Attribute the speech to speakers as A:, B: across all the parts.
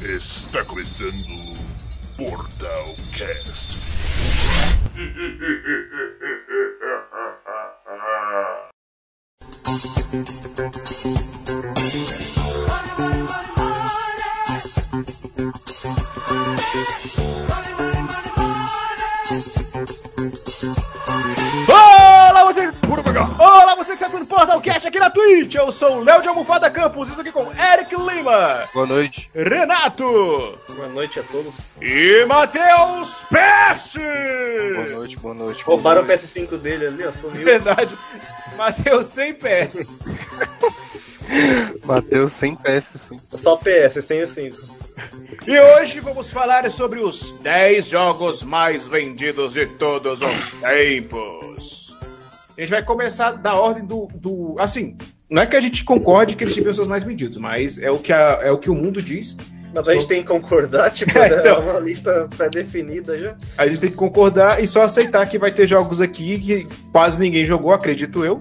A: Está começando o Portal Cast.
B: Olá você, Olá você que tá está no Portal Cast aqui na Twitch. Eu sou o Léo de Almofada Campos, estou aqui com Eric Lima,
C: Boa noite.
B: Renato
D: Boa noite a todos.
B: e Matheus Peste.
C: Boa noite, boa noite.
D: Roubaram o
C: boa noite.
D: PS5 dele ali, ó, sumiu.
B: Verdade, Matheus sem PS.
C: Mateus sem PS5.
D: Só PS, sem o 5.
B: E hoje vamos falar sobre os 10 jogos mais vendidos de todos os tempos. A gente vai começar da ordem do, do. Assim, não é que a gente concorde que eles tiveram seus mais vendidos, mas é o que, a- é o, que o mundo diz.
D: Mas a gente tem que concordar, tipo,
B: É,
D: é,
B: então.
D: uma lista pré-definida já.
B: A gente tem que concordar e só aceitar que vai ter jogos aqui que quase ninguém jogou, acredito eu.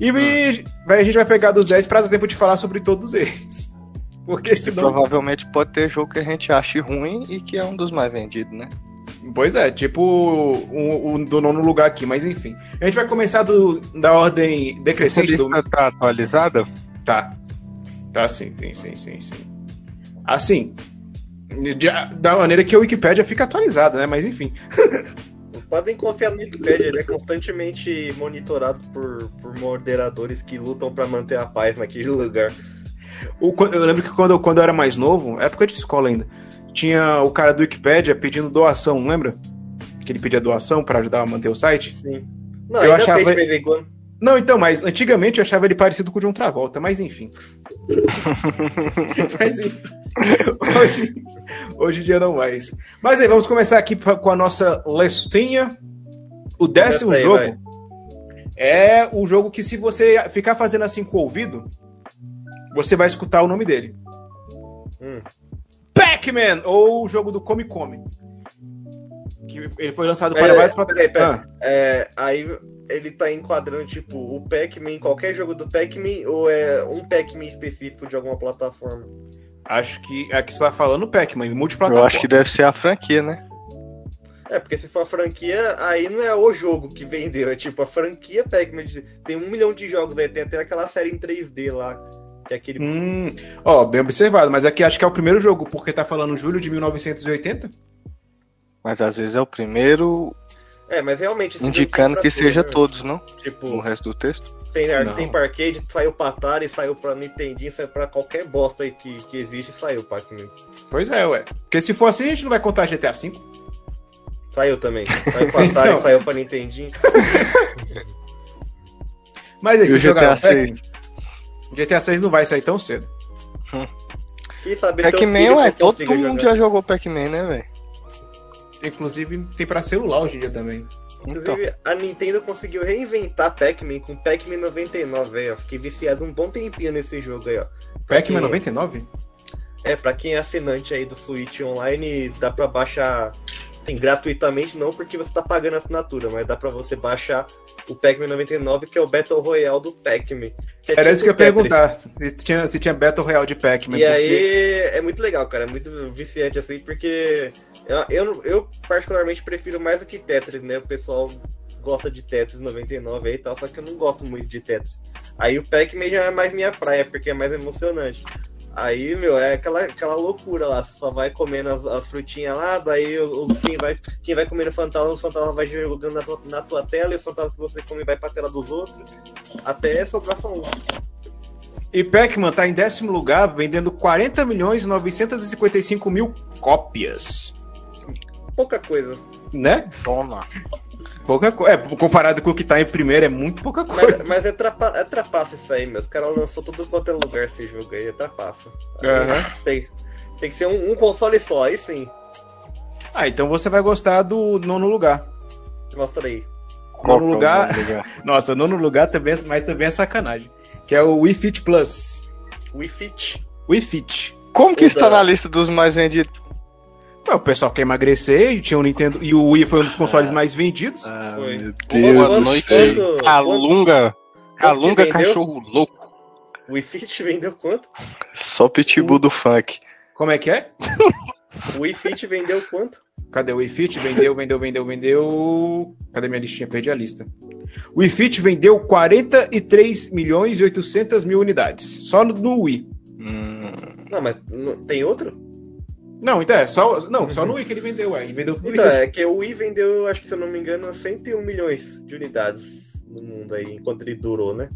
B: E me- vai- a gente vai pegar dos 10 para dar tempo de falar sobre todos eles. Porque senão.
C: Provavelmente pode ter jogo que a gente ache ruim e que é um dos mais vendidos, né?
B: Pois é, tipo o, o do nono lugar aqui, mas enfim. A gente vai começar do, da ordem
C: Essa
B: decrescente do.
C: lista tá atualizada?
B: Tá. Tá sim, sim, sim, sim, sim. Assim. de- da maneira que a Wikipédia fica atualizada, né? Mas enfim.
D: Não podem confiar no Wikipedia, ele é constantemente monitorado por, por moderadores que lutam pra manter a paz naquele lugar.
B: O- eu lembro que quando, eu- quando eu era mais novo, época de escola ainda, tinha o cara do Wikipédia pedindo doação, lembra? Que ele pedia doação pra ajudar a manter o site.
D: Sim. Não,
B: Eu
D: ainda é
B: achava-
D: tem de vez em quando.
B: Não, então, mas antigamente eu achava ele parecido com o John Travolta, mas enfim. mas enfim. Hoje, hoje em dia não mais. Mas aí, vamos começar aqui pra- com a nossa listinha. O décimo
D: aí,
B: jogo
D: vai.
B: é o jogo que, se você ficar fazendo assim com o ouvido, você vai escutar o nome dele.
D: Hum.
B: Pac-Man, ou o jogo do Come Come. Que ele foi lançado para
D: Pera-
B: várias plata-
D: peraí, peraí.
B: Ah,
D: É, aí ele tá enquadrando, tipo, o Pac-Man, qualquer jogo do Pac-Man, ou é um Pac-Man específico de alguma plataforma?
B: Ah, acho que aqui você tá falando Pac-Man, multiplataforma.
C: Eu acho que deve ser a franquia, né?
D: É, porque se for a franquia, aí não é o jogo que vendeu, é tipo a franquia Pac-Man. de- Tem um milhão de jogos aí, tem até aquela série em 3D lá, que é aquele.
B: Hum, ó, bem observado, mas aqui acho que é o primeiro jogo, porque tá falando julho de 1980.
C: Mas às vezes é o primeiro
D: É, mas realmente. esse jogo
C: indicando
D: tem
C: que
D: pra
C: seja
D: tudo,
C: todos, não?
D: né?
C: No
D: Tipo,
C: resto do texto.
D: tem,
B: é Não.
D: ar- tem pra arcade, saiu pra Atari, saiu pra Nintendinho, saiu pra qualquer bosta aí que, que existe, saiu Pac-Man.
B: Pois é, ué. Porque se for assim, a gente não vai contar GTA V.
D: Saiu também. Saiu pra Atari,
B: Então.
D: saiu pra Nintendinho.
B: Mas aí,
C: E o
B: se jogar
C: GTA
B: Pac-Man,
C: 6?
B: GTA 6 não vai sair tão cedo.
D: E saber se eu
C: Pac-Man,
D: filho
C: ué,
D: que
C: é todo
D: consiga
C: mundo
D: jogar.
C: já jogou Pac-Man, né, velho?
B: Inclusive, tem pra celular hoje em dia também.
C: Então,
D: Inclusive, a Nintendo conseguiu reinventar Pac-Man com Pac-Man 99, velho. Fiquei viciado um bom tempinho nesse jogo aí, ó.
B: Pac-Man
D: Porque-
B: 99?
D: É, pra quem é assinante aí do Switch Online, dá pra baixar, assim, gratuitamente não, porque você tá pagando a assinatura, mas dá pra você baixar o Pac-Man 99, que é o Battle Royale do Pac-Man. que é
B: Era
D: tipo
B: isso que eu ia
D: Tetris.
B: perguntar. Se tinha, se tinha Battle Royale de Pac-Man.
D: E
B: porque-
D: aí é muito legal, cara, é muito viciante assim, porque eu, eu, não- eu particularmente prefiro mais do que Tetris, né? O pessoal gosta de Tetris 99 aí e tal, só que eu não gosto muito de Tetris. Aí o Pac-Man já é mais minha praia, porque é mais emocionante. Aí, meu, é aquela, aquela loucura lá, você só vai comendo as, as frutinhas lá, daí o, o- quem, vai, quem vai comendo fantasma, o fantasma vai jogando na tua, na tua tela, e o fantasma que você come vai pra tela dos outros, até sobrar só um.
B: E Pac-Man tá em décimo lugar, vendendo 40 milhões e 955 mil cópias.
D: Pouca coisa.
B: Né?
C: toma.
B: Pouca coisa. É, comparado com o que tá em primeiro, é muito pouca coisa.
D: Mas, mas é, trapa, é trapaça isso aí, meu. Os caras lançou tudo quanto é lugar esse jogo aí, é trapaça.
B: Aham.
D: Tem, tem que ser um, um console só, aí sim.
B: Ah, então você vai gostar do nono lugar.
D: Mostra aí.
C: Qual que é o
B: lugar-
C: nome do lugar?
B: Nossa, nono lugar também, é- mas também é sacanagem. Que é o Wii Fit Plus.
D: Wii Fit.
B: Wii Fit.
C: Como que está
D: Lugar.
C: na lista dos mais vendidos?
B: Ué, o pessoal quer emagrecer e tinha o Nintendo. E o Wii foi um dos consoles mais vendidos.
C: Ah,
D: Foi.
C: meu
D: Boa
C: Deus do
D: noite.
C: céu.
D: Quanto-
C: Calunga.
D: quanto que
C: Calunga é
D: vendeu?
C: cachorro louco.
D: Wii Fit vendeu quanto?
C: Só pitbull do funk.
B: Como é que é?
D: Wii Fit vendeu quanto?
B: Cadê o Wii Fit? Vendeu, vendeu, vendeu, vendeu. Cadê minha listinha? Perdi a lista. O Wii Fit vendeu 43 milhões e 800 mil unidades. Só no, no Wii.
C: Hum,
D: Não, mas não- tem outro?
B: Não, então é. Só, não, só no Wii que ele vendeu, é. Ele vendeu tudo
D: Então,
B: isso.
D: é que o Wii vendeu, acho que se eu não me engano, 101 milhões de unidades no mundo aí, enquanto ele durou, né?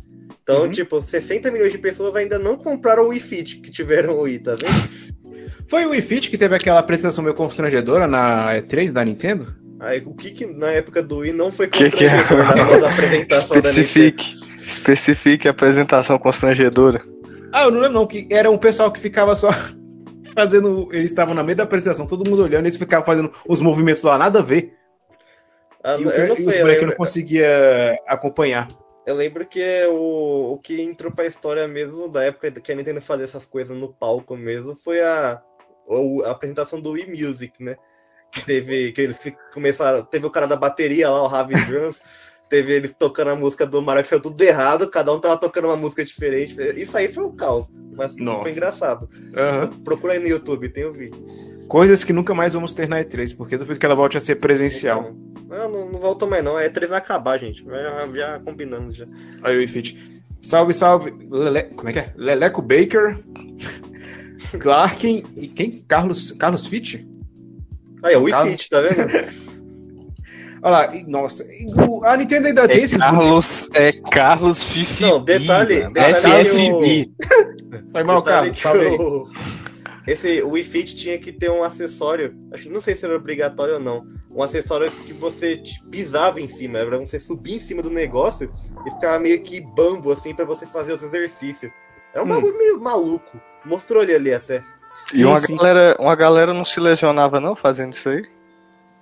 D: Então,
B: Uhum.
D: tipo, 60 milhões de pessoas ainda não compraram o Wii Fit que tiveram o Wii, tá vendo?
B: Foi o Wii Fit que teve aquela apresentação meio constrangedora na E3 da Nintendo?
D: Aí, o que que na época do Wii não foi
C: Que que é?
D: constrangedor na nossa apresentação da Nintendo?
C: especifique. Especifique a apresentação constrangedora.
B: Ah, eu não lembro não, que era um pessoal que ficava só fazendo... Eles estavam na meio da apresentação, todo mundo olhando, eles ficavam fazendo os movimentos lá, nada a ver.
D: Ah,
B: e o,
D: eu não
B: e os
D: sei, eu
B: moleques não
D: lembro,
B: conseguia acompanhar.
D: eu lembro que o, o que entrou pra história mesmo da época que a Nintendo fazia essas coisas no palco mesmo foi a, o- a apresentação do Wii Music, né? Que teve, que eles fi- começaram, teve o cara da bateria lá, o Ravi Drums, teve ele tocando a música do Mario, que saiu tudo errado, cada um tava tocando uma música diferente. Isso aí foi um caos, mas
B: Nossa.
D: foi engraçado.
B: Aham.
D: Procura aí no YouTube, tem o vídeo.
B: Coisas que nunca mais vamos ter na E3, porque duvido que ela volte a ser presencial.
D: Não, Ah, não, não voltou mais não, é três vai acabar, gente. Vai- Já, combinando já.
B: Aí o Ifit. Salve, salve. Lele... Como é que é? Leleco Baker. Clarkin e quem? Carlos, Carlos Fit?
D: Aí, o Wii
B: Caso-
D: Fit, tá vendo?
B: Olha lá, e- nossa. e o- A Nintendo ainda tem
E: É
B: esses.
E: Carlos, é Carlos Fifi.
D: Não, detalhe-
E: mano.
D: detalhe
E: FFB.
B: Foi mal,
C: tá
D: Detalhe
B: Tá Carlos. Salve
D: que
B: aí.
D: o- Esse Wii Fit tinha que ter um acessório, acho, não sei se era obrigatório ou não, um acessório que você te pisava em cima, era pra você subir em cima do negócio e ficava meio que bambo assim pra você fazer os exercícios. Era um
B: Hum.
D: bagulho meio maluco. Mostrou ele ali até.
C: E
B: Sim,
C: uma,
B: sim.
C: Galera, uma galera não se lesionava não fazendo isso aí?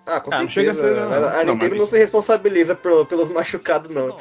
D: Ah, com
B: Ah, não chega a
D: certeza.
B: ser, não.
D: mas a
B: Não,
D: Nintendo
B: mas
D: não
B: isso-
D: se responsabiliza pro- pelos machucados, não.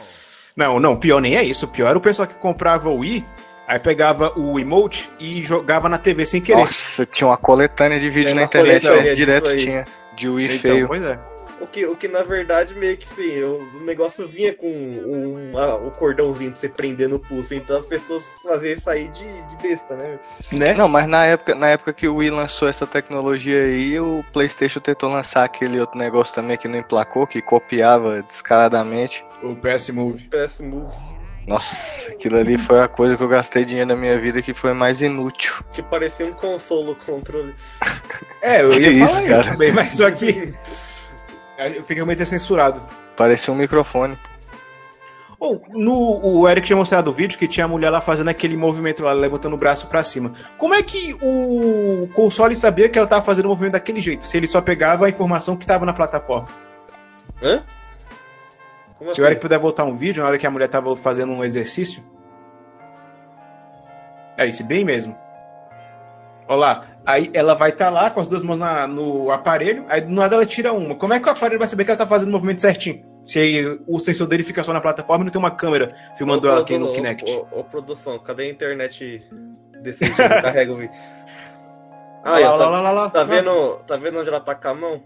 B: Não, não, pior nem é isso. Pior era o pessoal que comprava o Wii, aí pegava o emote e jogava na TV sem querer.
C: Nossa, tinha uma coletânea de vídeo
D: Tem
C: na
D: uma
C: internet,
D: coletânea
C: né?
D: disso
C: direto
D: aí.
C: tinha. De Wii
B: Então,
C: feio.
B: pois é.
D: O que, o que na verdade meio que sim, o, o negócio vinha com um, ah, um cordãozinho pra você prender no pulso, então as pessoas faziam isso aí de, de besta, né?
B: Né?
C: Não, mas na época, na época que o Wii lançou essa tecnologia aí, o PlayStation tentou lançar aquele outro negócio também que não emplacou, que copiava descaradamente.
B: O PS Move.
D: PS um Move,
C: Nossa, aquilo ali foi a coisa que eu gastei dinheiro na minha vida que foi mais inútil.
D: que parecia um consolo controle.
B: É, eu
C: Que
B: ia
C: isso,
B: falar isso,
C: cara?
B: também, mas só que. Eu fiquei realmente censurado.
C: Parecia um microfone.
B: Ou, no, o Eric tinha mostrado o vídeo que tinha a mulher lá fazendo aquele movimento lá, levantando o braço pra cima. Como é que o console sabia que ela tava fazendo o movimento daquele jeito? Se ele só pegava a informação que tava na plataforma.
D: Hã? Como assim?
B: Se o Eric puder voltar um vídeo na hora que a mulher tava fazendo um exercício. É isso, bem mesmo. Olha lá. Aí ela vai estar lá com as duas mãos na- no aparelho, aí do nada ela tira uma. Como é que o aparelho vai saber que ela tá fazendo o movimento certinho? Se o sensor dele fica só na plataforma e não tem uma câmera filmando ela aqui no
D: Ô,
B: Kinect.
D: Ô, ô, produção, cadê a internet decente que carrega o vídeo? Ah,
B: Olha lá,
D: ó, tá,
B: olha lá, olha lá.
D: tá vendo, tá vendo onde ela tá com a mão?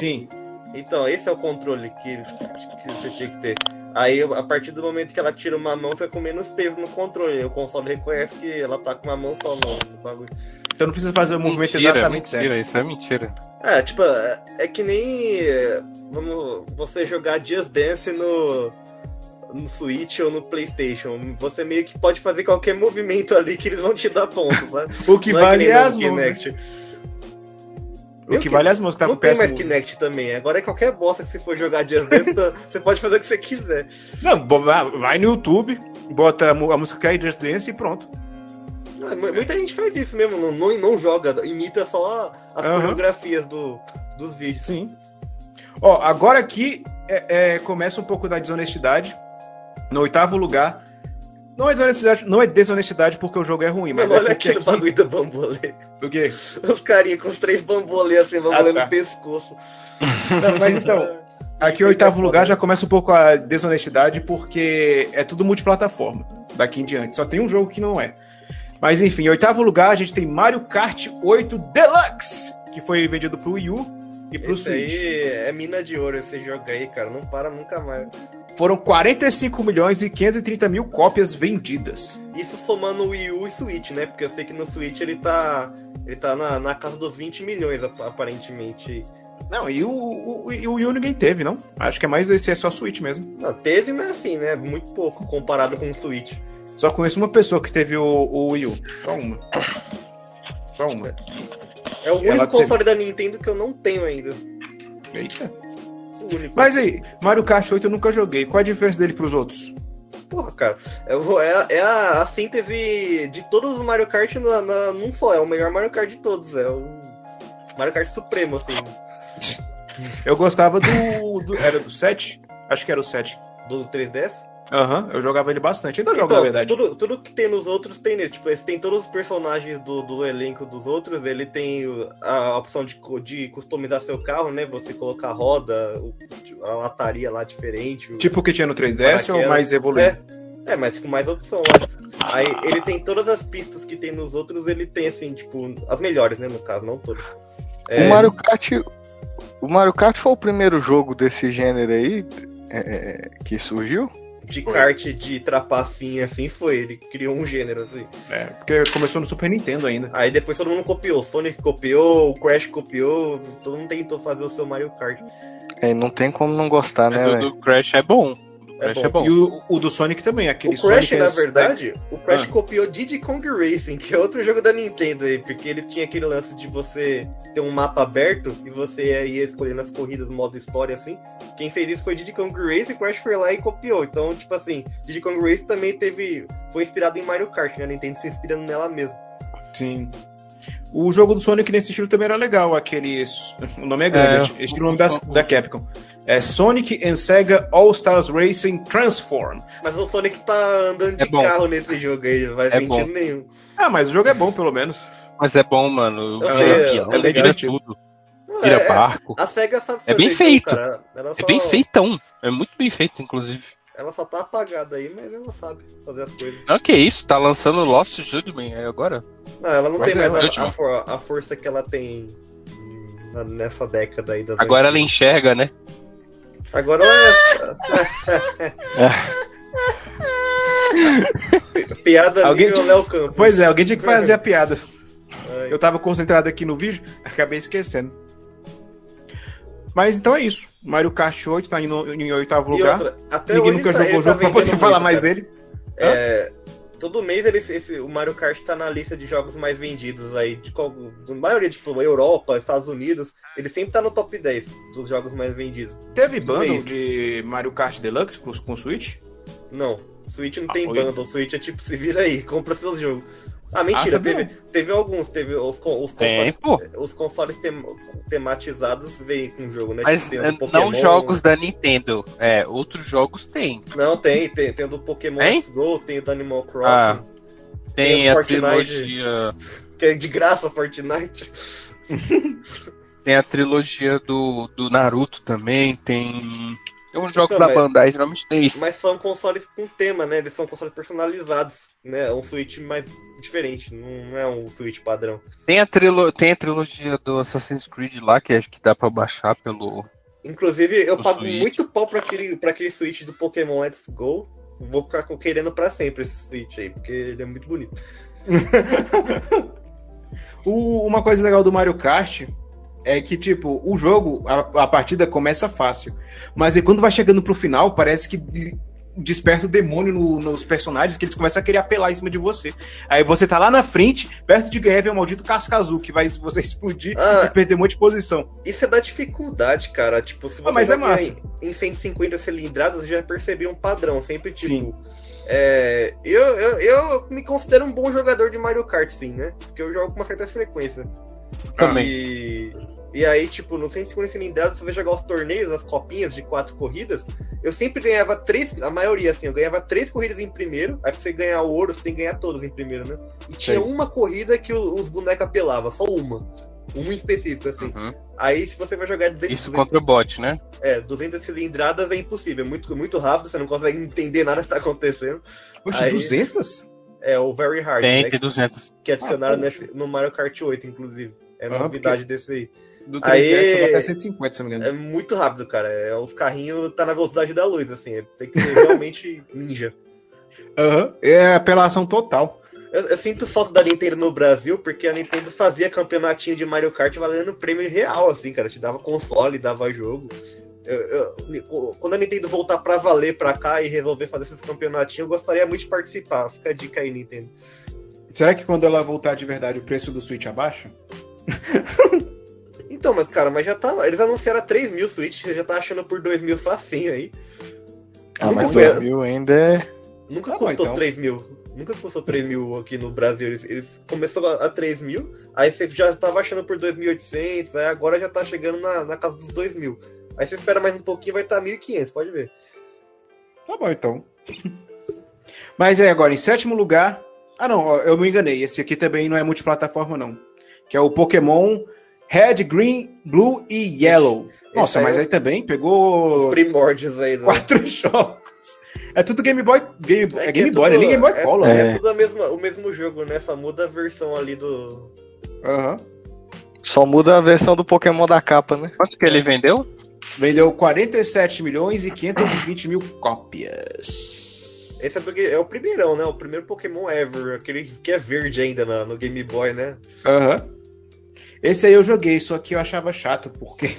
B: Sim.
D: Então, esse é o controle que, eles- que você tinha que ter. Aí, a partir do momento que ela tira uma mão, fica com menos peso no controle. O console reconhece que ela tá com uma mão só não, no bagulho.
B: Então não precisa fazer o movimento exatamente
E: mentira, isso é mentira.
D: É, tipo, é é que nem é, vamos, você jogar Just Dance no, no Switch ou no Playstation. Você meio que pode fazer qualquer movimento ali que eles vão te dar ponto, sabe?
B: certo. O que
D: Não é
B: vale
D: nem
B: é
D: no
B: as mãos. né?
D: Kinect.
B: O que vale é as mãos que tá com
D: Não
B: o
D: tem
B: PS
D: mais
B: Move.
D: Kinect também. Agora é qualquer bosta que você for jogar Just Dance, tá- você pode fazer o que você quiser.
B: Não, bo- vai- vai no YouTube, bota a mu- a música que é Just Dance e pronto.
D: Não, Ah, mu- Muita gente faz isso mesmo, não, não, não joga, imita só as
B: Aham.
D: coreografias do, dos vídeos.
B: Sim. Ó, agora aqui é- é, começa um pouco da desonestidade. No oitavo lugar. Não é desonestidade, não é desonestidade porque o jogo é ruim, mas,
D: Mas olha tá-
B: é porque
D: aquele
B: aqui...
D: bagulho do bambolê.
B: O quê?
D: Os carinha com os três bambolê assim, bambolê
B: Ah, tá.
D: no pescoço. Ah,
B: Não, mas então, aqui o oitavo
D: é
B: lugar já começa um pouco a desonestidade porque é tudo multiplataforma daqui em diante. Só tem um jogo que não é. Mas enfim, em oitavo lugar a gente tem Mario Kart 8 Deluxe, que foi vendido pro Wii U e pro
D: Esse
B: Switch.
D: aí é mina de ouro esse jogo aí, cara. Não para nunca mais.
B: Foram 45 milhões e 530 mil cópias vendidas.
D: Isso somando Wii U e Switch, né? Porque eu sei que no Switch ele tá. Ele tá na, na casa dos 20 milhões, ap- aparentemente.
B: Não, e o, o, e o Wii U ninguém teve, não? Acho que é mais esse, é só Switch mesmo.
D: Não, teve, mas assim, né? Muito pouco comparado com o Switch.
B: Só conheço uma pessoa que teve o, o Wii U. Só uma. Só uma.
D: É o
B: Ela
D: único
B: teve.
D: console da Nintendo que eu não tenho ainda. é.
B: Eita.
D: O único.
B: Mas aí, Mario Kart 8 eu nunca joguei. Qual a diferença dele pros outros?
D: Porra, cara, eu vou- é, é a, a síntese de todos os Mario Kart na, na- num só. É o melhor Mario Kart de todos. É o Mario Kart Supremo, assim.
B: Eu gostava do. do- era do 7? Acho que era o 7.
D: Do 3DS. Então,
B: Aham, eu jogava ele bastante. Ainda jogo, na verdade.
D: Tudo, tudo que tem nos outros tem nesse. Tipo, esse tem todos os personagens do, do elenco dos outros. Ele tem o- a opção de, co- de customizar seu carro, né? Você colocar a roda, o- a lataria lá diferente. o-
B: Tipo o que tinha no 3DS ou
D: Paraquedas.
B: mais evoluído?
D: É, é, mas com mais opção, né? Aí ele tem todas as pistas que tem nos outros, ele tem assim, tipo, as melhores, né? No caso, não todas. É,
C: O Mario Kart. O Mario Kart foi o primeiro jogo desse gênero aí é, é, que surgiu?
D: De kart de trapafinha, assim, foi. Ele criou um gênero, assim.
B: É. porque começou no Super Nintendo ainda.
D: Aí depois todo mundo copiou. Sonic copiou, o Crash copiou, todo mundo tentou fazer o seu Mario Kart.
C: É, não tem como não gostar, né,
E: Mas o
C: velho?
E: do Crash é bom. O do Crash
D: bom.
E: é bom.
B: E o, o do Sonic também, aquele
D: o Crash,
B: Sonic
D: na
B: é-
D: verdade, o Crash
B: Ah.
D: copiou Diddy Kong Racing, que é outro jogo da Nintendo aí, porque ele tinha aquele lance de você ter um mapa aberto e você ia escolhendo as corridas, modo história, assim. Quem fez isso foi Diddy Kong Racing, o Crash foi lá e copiou. Então, tipo assim, Diddy Kong Racing também teve... foi inspirado em Mario Kart, né? A Nintendo se inspirando nela mesmo.
B: Sim. O jogo do Sonic nesse estilo também era legal, aquele. O nome é grande,
E: É,
B: é,
E: o-
B: estilo nome da,
E: o-
B: da Capcom. É Sonic and Sega All-Stars Racing Transform.
D: Mas o Sonic tá andando de
E: É bom.
D: carro nesse jogo aí, não faz
E: É
D: sentido
E: bom.
D: nenhum.
B: Ah, mas o jogo é bom, pelo menos.
E: Mas é bom, mano.
D: Eu
E: Vira
D: sei,
E: avião,
D: é legal.
E: vira tudo.
D: Não,
E: Vira
D: é- é-
E: barco.
D: a SEGA sabe
E: É bem
D: fazer
E: feito.
D: cara. Ela
E: É
D: só-
E: bem feitão. É muito bem feito, inclusive.
D: Ela só tá apagada aí, mas ela sabe fazer as coisas.
E: Não, que isso. Tá lançando Lost Judgment é agora.
D: Não, ela não
B: Mas
D: tem
B: é
D: mais a- a,
E: ótimo.
D: for- a força que ela tem na- nessa década aí das
E: Agora ela enxerga,
D: É
E: né?
D: Agora ela é. Piada
B: Alguém
D: nível
B: te-
D: Léo Campos.
B: Pois é, alguém tinha que fazer a piada.
D: Ai,
B: Eu tava concentrado aqui no vídeo, acabei esquecendo. Mas então é isso. Mario Kart 8 tá em, no- em oitavo
D: e
B: lugar.
D: outra, até
B: Ninguém
D: hoje
B: nunca
D: tá-
B: jogou
D: ele
B: o
D: tá
B: jogo pra poder
D: vendendo
B: falar
D: muito,
B: mais
D: cara.
B: dele.
D: É, todo mês ele, esse, o Mario Kart tá na lista de jogos mais vendidos aí. De, qual- da maioria, tipo, Europa, Estados Unidos. Ele sempre tá no top 10 dos jogos mais vendidos.
B: Teve bundle
D: isso.
B: de Mario Kart Deluxe com, com Switch?
D: Não, Switch não
B: Ah,
D: tem
B: oi.
D: bundle, Switch é tipo, se vira aí, compra seus jogos. Ah, mentira,
B: Ah, sabia?
D: teve, teve alguns, teve os, con- os
E: Tem,
D: consoles,
E: pô.
D: os consoles tem- tematizados vêm com o jogo, né?
E: Mas
D: Tipo,
E: eh,
D: tem o do
E: não
D: Pokémon.
E: jogos da Nintendo. É, outros jogos tem.
D: Não, tem, tem, tem o do Pokémon
E: Hein?
D: Let's Go, tem o do Animal Crossing,
E: Ah. Tem,
D: Tem o
E: a
D: Fortnite.
E: trilogia.
D: que é de graça Fortnite.
E: Tem a trilogia do, do Naruto também. Tem. Tem uns jogos
D: Então,
E: da
D: mas-
E: Bandai, geralmente tem isso.
D: Mas são consoles com tema, né? Eles são consoles personalizados, né? É um Switch mais diferente, não não é um Switch padrão.
E: Tem a, trilo... tem a trilogia do Assassin's Creed lá, que acho que dá pra baixar pelo.
D: Inclusive, eu
E: O
D: pago
E: Switch.
D: muito pau pra aquele, pra aquele Switch do Pokémon Let's Go. Vou ficar com- querendo pra sempre esse Switch aí, porque ele é muito bonito.
B: O- uma coisa legal do Mario Kart é que, tipo, o jogo, a, a partida começa fácil. Mas aí quando vai chegando pro final, parece que de- desperta o demônio no- nos personagens, que eles começam a querer apelar em cima de você. Aí você tá lá na frente, perto de ganhar, vem o maldito casca azul, que vai você explodir
D: Ah.
B: e perder um monte de posição.
D: Isso é da dificuldade, cara. Tipo, se você
B: Ah, mas é
D: jogar
B: massa.
D: Em, em 150 cilindradas, eu já percebi um padrão. Sempre, tipo.
B: Sim.
D: é, eu, eu, eu me considero um bom jogador de Mario Kart, sim, né? Porque eu jogo com uma certa frequência.
E: Também.
D: E, e aí, tipo, no 150 cilindradas, você vai jogar os torneios, as copinhas de quatro corridas. Eu sempre ganhava três, a maioria, assim, eu ganhava três corridas em primeiro. Aí pra você ganhar o ouro, você tem que ganhar todas em primeiro, né? E tinha
B: Sim.
D: uma corrida que o- os bonecos apelavam, só uma. Um específico, assim.
E: Uhum.
D: Aí, se você vai jogar 200,
E: Isso contra o bot, né?
D: é, 200 cilindradas, é impossível. É muito, muito rápido, você não consegue entender nada que tá acontecendo.
B: Poxa,
D: Aí-
B: 200?
D: É o Very Hard,
E: Tem,
D: né,
E: tem 200.
D: que adicionaram
B: Ah, poxa.
D: nesse- no Mario Kart 8, inclusive. É
B: Ah,
D: novidade desse aí.
B: Do
D: Aí-
B: 3DS sobe até 150, se não me engano.
D: É muito rápido, cara. É, os carrinhos tá na velocidade da luz, assim. É, tem que ser realmente ninja.
B: Aham. É apelação total.
D: Eu, eu sinto falta da Nintendo no Brasil, porque a Nintendo fazia campeonatinho de Mario Kart valendo prêmio real, assim, cara. Te dava console, dava jogo. Eu- eu- o- quando a Nintendo voltar pra valer pra cá e resolver fazer esses campeonatinhos, eu gostaria muito de participar. Fica a dica aí, Nintendo.
B: Será que quando ela voltar de verdade o preço do Switch é abaixa?
D: Então, mas cara, mas já tá. Eles anunciaram 3 mil Switch, você já tá achando por 2 mil facinho aí.
C: Ah, mas
D: Nunca foi-
C: 2000 ainda é.
D: Nunca
B: Tá bom,
D: custou
B: então.
D: 3 mil. Nunca custou 3 mil aqui no Brasil. Eles, eles começaram a, a 3 mil, aí você já tava achando por 2.800, aí agora já tá chegando na, na casa dos 2 mil. Aí você espera mais um pouquinho, vai estar tá 1.500, pode ver.
B: Tá bom, então. Mas é agora, em sétimo lugar. Ah, não, ó, eu me enganei. Esse aqui também não é multiplataforma, não. Que é o Pokémon Red, Green, Blue e Yellow. Nossa,
D: aí
B: mas
D: é
B: aí também pegou
D: Os primórdios aí. né? Do...
B: quatro jogos. É tudo Game Boy. Game, é,
D: que
B: Game
D: é
B: Boy,
D: tudo-
B: nem Game Boy
D: é-
B: Color.
D: É,
B: né?
D: tudo a mesma, o mesmo jogo, né? Só muda a versão ali do.
B: Aham.
C: Só muda a versão do Pokémon da capa, né?
E: Quanto que ele vendeu?
B: Vendeu 47 milhões e 520 mil cópias.
D: Esse é, do, Ga- é o primeirão, né? O primeiro Pokémon ever. Aquele que é verde ainda na- no Game Boy, né?
B: Aham. Esse aí eu joguei, só que eu achava chato, porque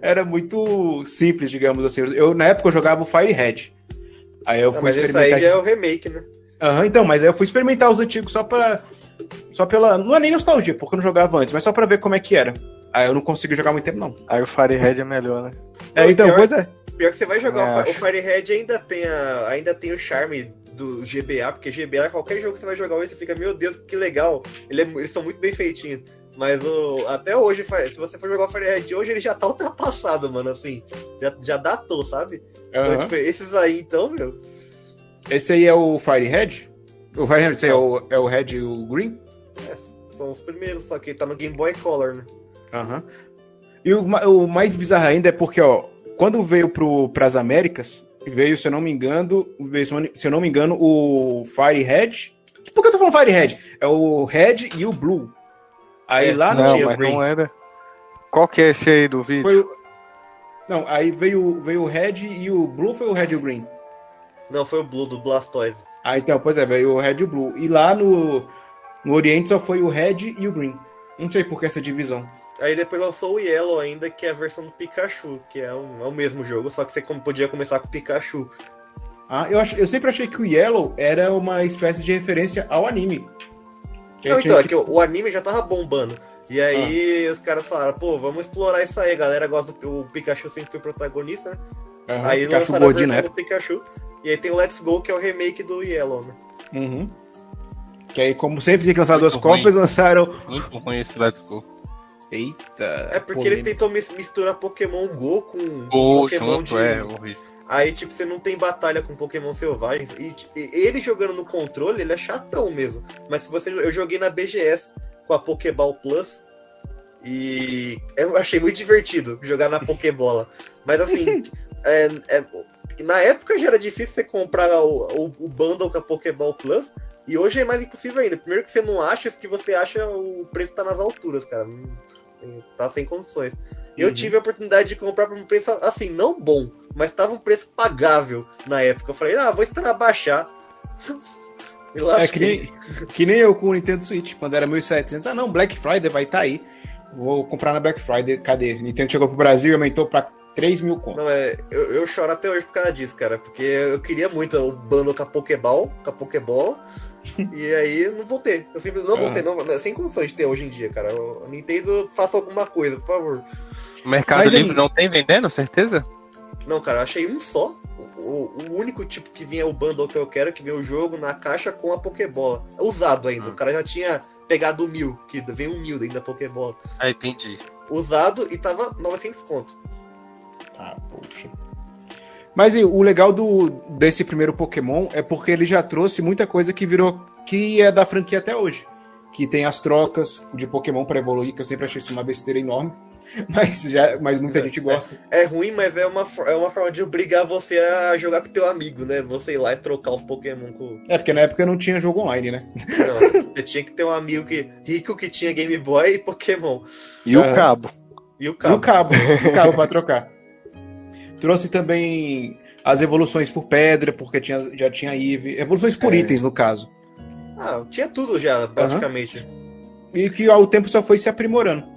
B: era muito simples, digamos assim. Eu, na época eu jogava o Fire Red. Aí eu
D: Ah,
B: fui
D: mas esse aí
B: experimentar.
D: já é
B: esses-
D: o remake, né?
B: Aham, então, mas aí eu fui experimentar os antigos só pra. Só pela. Não é nem nostalgia, porque eu não jogava antes, mas só pra ver como é que era. Aí eu não consegui jogar muito tempo, não.
C: Aí o Fire Red é melhor, né?
B: É, então,
D: Pior-
B: pois é.
D: Pior que você vai
C: Também
D: jogar o Fi- o
C: acho.
D: Firehead ainda tem a, ainda tem o charme do GBA, porque GBA, é qualquer jogo que você vai jogar hoje, você fica, meu Deus, que legal. Ele é mu- eles são muito bem feitinhos. Mas o, até hoje, Fire- se você for jogar o Firehead hoje, ele já tá ultrapassado, mano, assim. Já, já datou, sabe? Então,
B: Aham.
D: tipo, esses aí, então, meu.
B: Esse aí é o Fire Red? O Fire Red, esse aí é o, é o Red e o Green?
D: é, são os primeiros, só que tá no Game Boy Color, né?
B: Aham. E o, ma- o mais bizarro ainda é porque, ó, quando veio pro, pras Américas, veio, se eu não me engano, veio, se eu não- se eu não me engano, o Fire Red. Por que eu tô falando Fire Red? É o Red e o Blue. Aí
D: É,
B: lá no
C: não,
D: tinha
C: mas
D: Green.
C: não era. Qual que é esse aí do vídeo?
B: Foi o... Não, aí veio, veio o Red e o Blue foi o Red e o Green.
D: Não, foi o Blue do Blastoise.
B: Ah, então, pois é, veio o Red e o Blue. E lá no, no Oriente só foi o Red e o Green. Não sei por que essa divisão.
D: Aí depois lançou o Yellow ainda, que é a versão do Pikachu, que é, um- é o mesmo jogo, só que você com- podia começar com o Pikachu.
B: Ah, eu, ach- eu sempre achei que o Yellow era uma espécie de referência ao anime. Que
D: Não,
B: tinha
D: então, é
B: que-
D: que o o anime já tava bombando. E aí os caras falaram, pô, vamos explorar isso aí, a galera gosta do o Pikachu sempre foi o protagonista, né?
B: Aham,
D: aí
B: Pikachu
D: lançaram
B: gordinho,
D: a
B: né?
D: versão do Pikachu. E aí tem o Let's Go, que é o remake do Yellow, né?
B: Uhum. Que aí, como sempre, tinha que lançar duas
E: Muito ruim.
B: cópias, lançaram.
E: Muito ruim esse Let's Go.
B: Eita.
D: É porque ele
B: polêmica.
D: tentou mis- misturar Pokémon Go com
E: Ou
D: Pokémon um.
E: junto, é horrível.
D: Aí, tipo, você não tem batalha com Pokémon selvagens. E, t- e ele jogando no controle, ele é chatão mesmo. Mas se você. Eu joguei na BGS com a Pokéball Plus. E eu achei muito divertido jogar na Pokébola. Mas assim, é- é- na época já era difícil você comprar o, o- o bundle com a Pokéball Plus. E hoje é mais impossível ainda. Primeiro que você não acha, os que você acha, o preço tá nas alturas, cara. Não- Tá sem condições. Eu
B: Uhum.
D: tive a oportunidade de comprar por um preço, assim, não bom, mas tava um preço pagável na época. Eu falei, ah, vou esperar baixar. E lá
B: É que nem, que nem eu com o Nintendo Switch, quando era 1700. Ah, não, Black Friday vai estar aí. Vou comprar na Black Friday. Cadê? Nintendo chegou pro Brasil e aumentou pra 3 mil conto.
D: Não, é, eu, eu choro até hoje por causa disso, cara, porque eu queria muito o bando com a Pokéball, com a Pokébola, e aí não vou ter. Eu sempre não vou ter, não, não- sem condições de ter hoje em dia, cara. O Nintendo, faça alguma coisa, por favor.
E: O Mercado
B: Mas,
E: Livre
B: hein?
E: não tem vendendo, certeza?
D: Não, cara, eu achei um só. O, o- o único tipo que vinha o bundle que eu quero, que vinha o jogo na caixa com a Pokébola. Usado ainda. O cara já tinha pegado o mil, que vem um mil ainda da Pokébola.
E: Ah, entendi.
D: Usado e tava 900 conto.
B: Ah, poxa. Mas e, o legal do, desse primeiro Pokémon é porque ele já trouxe muita coisa que virou. que é da franquia até hoje. Que tem as trocas de Pokémon pra evoluir, que eu sempre achei isso uma besteira enorme. Mas, já, mas muita
D: É,
B: gente gosta.
D: É ruim, mas é uma, for- é uma forma de obrigar você a jogar com teu amigo, né? Você ir lá e trocar os Pokémon com.
B: É, porque na época não tinha jogo online, né?
D: Não, você tinha que ter um amigo que, rico que tinha Game Boy e Pokémon.
C: E o
B: Aham.
C: cabo?
D: E o
B: No
D: cabo.
B: cabo, no cabo pra trocar. Trouxe também as evoluções por pedra, porque tinha, já tinha Eve. Evoluções
D: É.
B: por itens, no caso.
D: Ah, tinha tudo já, praticamente.
B: E que ao tempo só foi se aprimorando.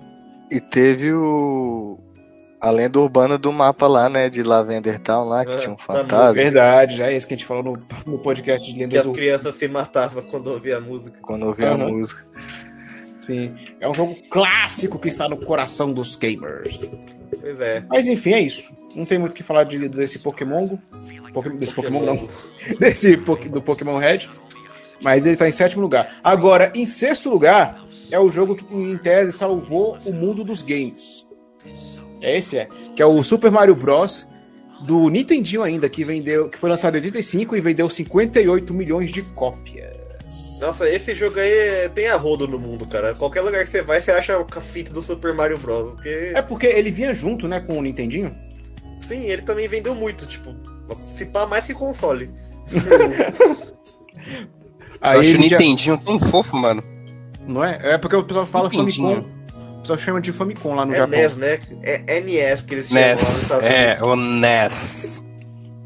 C: E teve o. A lenda urbana do mapa lá, né? De Lavender Town lá, que
D: É,
C: tinha um
D: tá
C: fantasma.
B: Verdade, já é isso que a gente falou no, no podcast de
D: Que é
B: lendas
D: as
B: urbanas.
D: crianças se matavam quando ouvia a música.
C: Quando ouvia a
B: Aham.
C: música.
B: Sim. É um jogo clássico que está no coração dos gamers.
D: Pois é.
B: Mas enfim, é isso. Não tem muito o que falar de- desse Pokémon. Poké- desse Pokémon não. desse Pok- do Pokémon Red. Mas ele tá em sétimo lugar. Agora, em sexto lugar, é o jogo que, em tese, salvou o mundo dos games. Esse é. Que é o Super Mario Bros. do Nintendinho ainda, que vendeu. Que foi lançado em 85 e vendeu 58 milhões de cópias.
D: Nossa, esse jogo aí é- tem arrodo no mundo, cara. Qualquer lugar que você vai, você acha a fita do Super Mario Bros. Porque,
B: É porque ele vinha junto, né, com o Nintendinho?
D: sim, ele também vendeu muito, tipo, se pá mais que console.
E: eu acho o
B: ele já-
E: Nintendinho tão fofo, mano.
B: Não é? É porque o pessoal fala
E: Nintendinho.
B: Famicom. O pessoal chama de Famicom lá no
D: é
B: Japão.
D: NES, né? É NES que eles chamam lá nos
E: NES.
D: Estados
E: É,
D: Unidos.
E: o NES.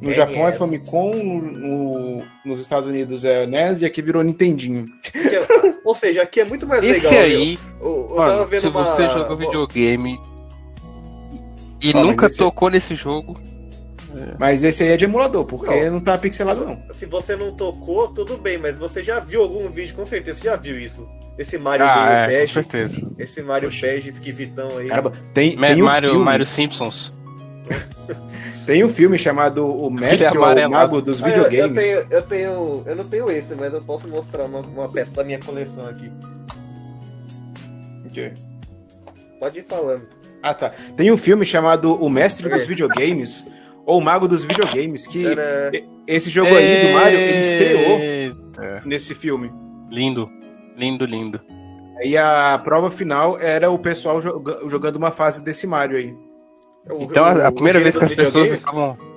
B: No Japão é
D: NES.
B: Famicom, no, no- nos Estados Unidos é NES e aqui virou Nintendinho.
D: Porque- ou seja, aqui é muito mais
E: Esse
D: legal.
E: aí,
D: viu? Eu, eu tava
E: mano,
D: vendo
E: se
D: uma-
E: você jogou videogame e
B: Ah, mas
E: nunca
B: esse-
E: tocou nesse jogo,
B: Mas esse aí é de emulador, porque não, tá pixelado não.
D: Se você não tocou, tudo bem, mas você já viu algum vídeo, com certeza, você já viu isso. Esse Mario meio
E: ah, é, com
D: bege,
E: certeza.
D: esse Mario
B: Oxi.
D: bege esquisitão aí.
B: Caramba, tem,
E: Ma-
B: tem, um
E: Mario,
B: filme,
E: Mario Simpsons.
B: tem um filme chamado O Mestre ou o
E: amarelado.
B: Mago dos
D: Ah, eu- Eu,
B: Videogames.
D: tenho, eu tenho. Eu não tenho esse, mas eu posso mostrar uma, uma peça da minha coleção aqui. Pode ir falando.
B: Ah tá. Tem um filme chamado O Mestre dos
D: É.
B: Videogames ou O Mago dos Videogames, que
D: Tcharam.
B: esse jogo aí do Mario, ele estreou
E: Ê,
B: nesse filme.
E: Lindo, lindo, lindo.
B: E a prova final era o pessoal joga- jogando uma fase desse Mario aí.
D: O-
E: Então, a, a
D: o
E: primeira
D: gênio
E: vez que as
D: dos
E: pessoas
D: videogames?
E: estavam.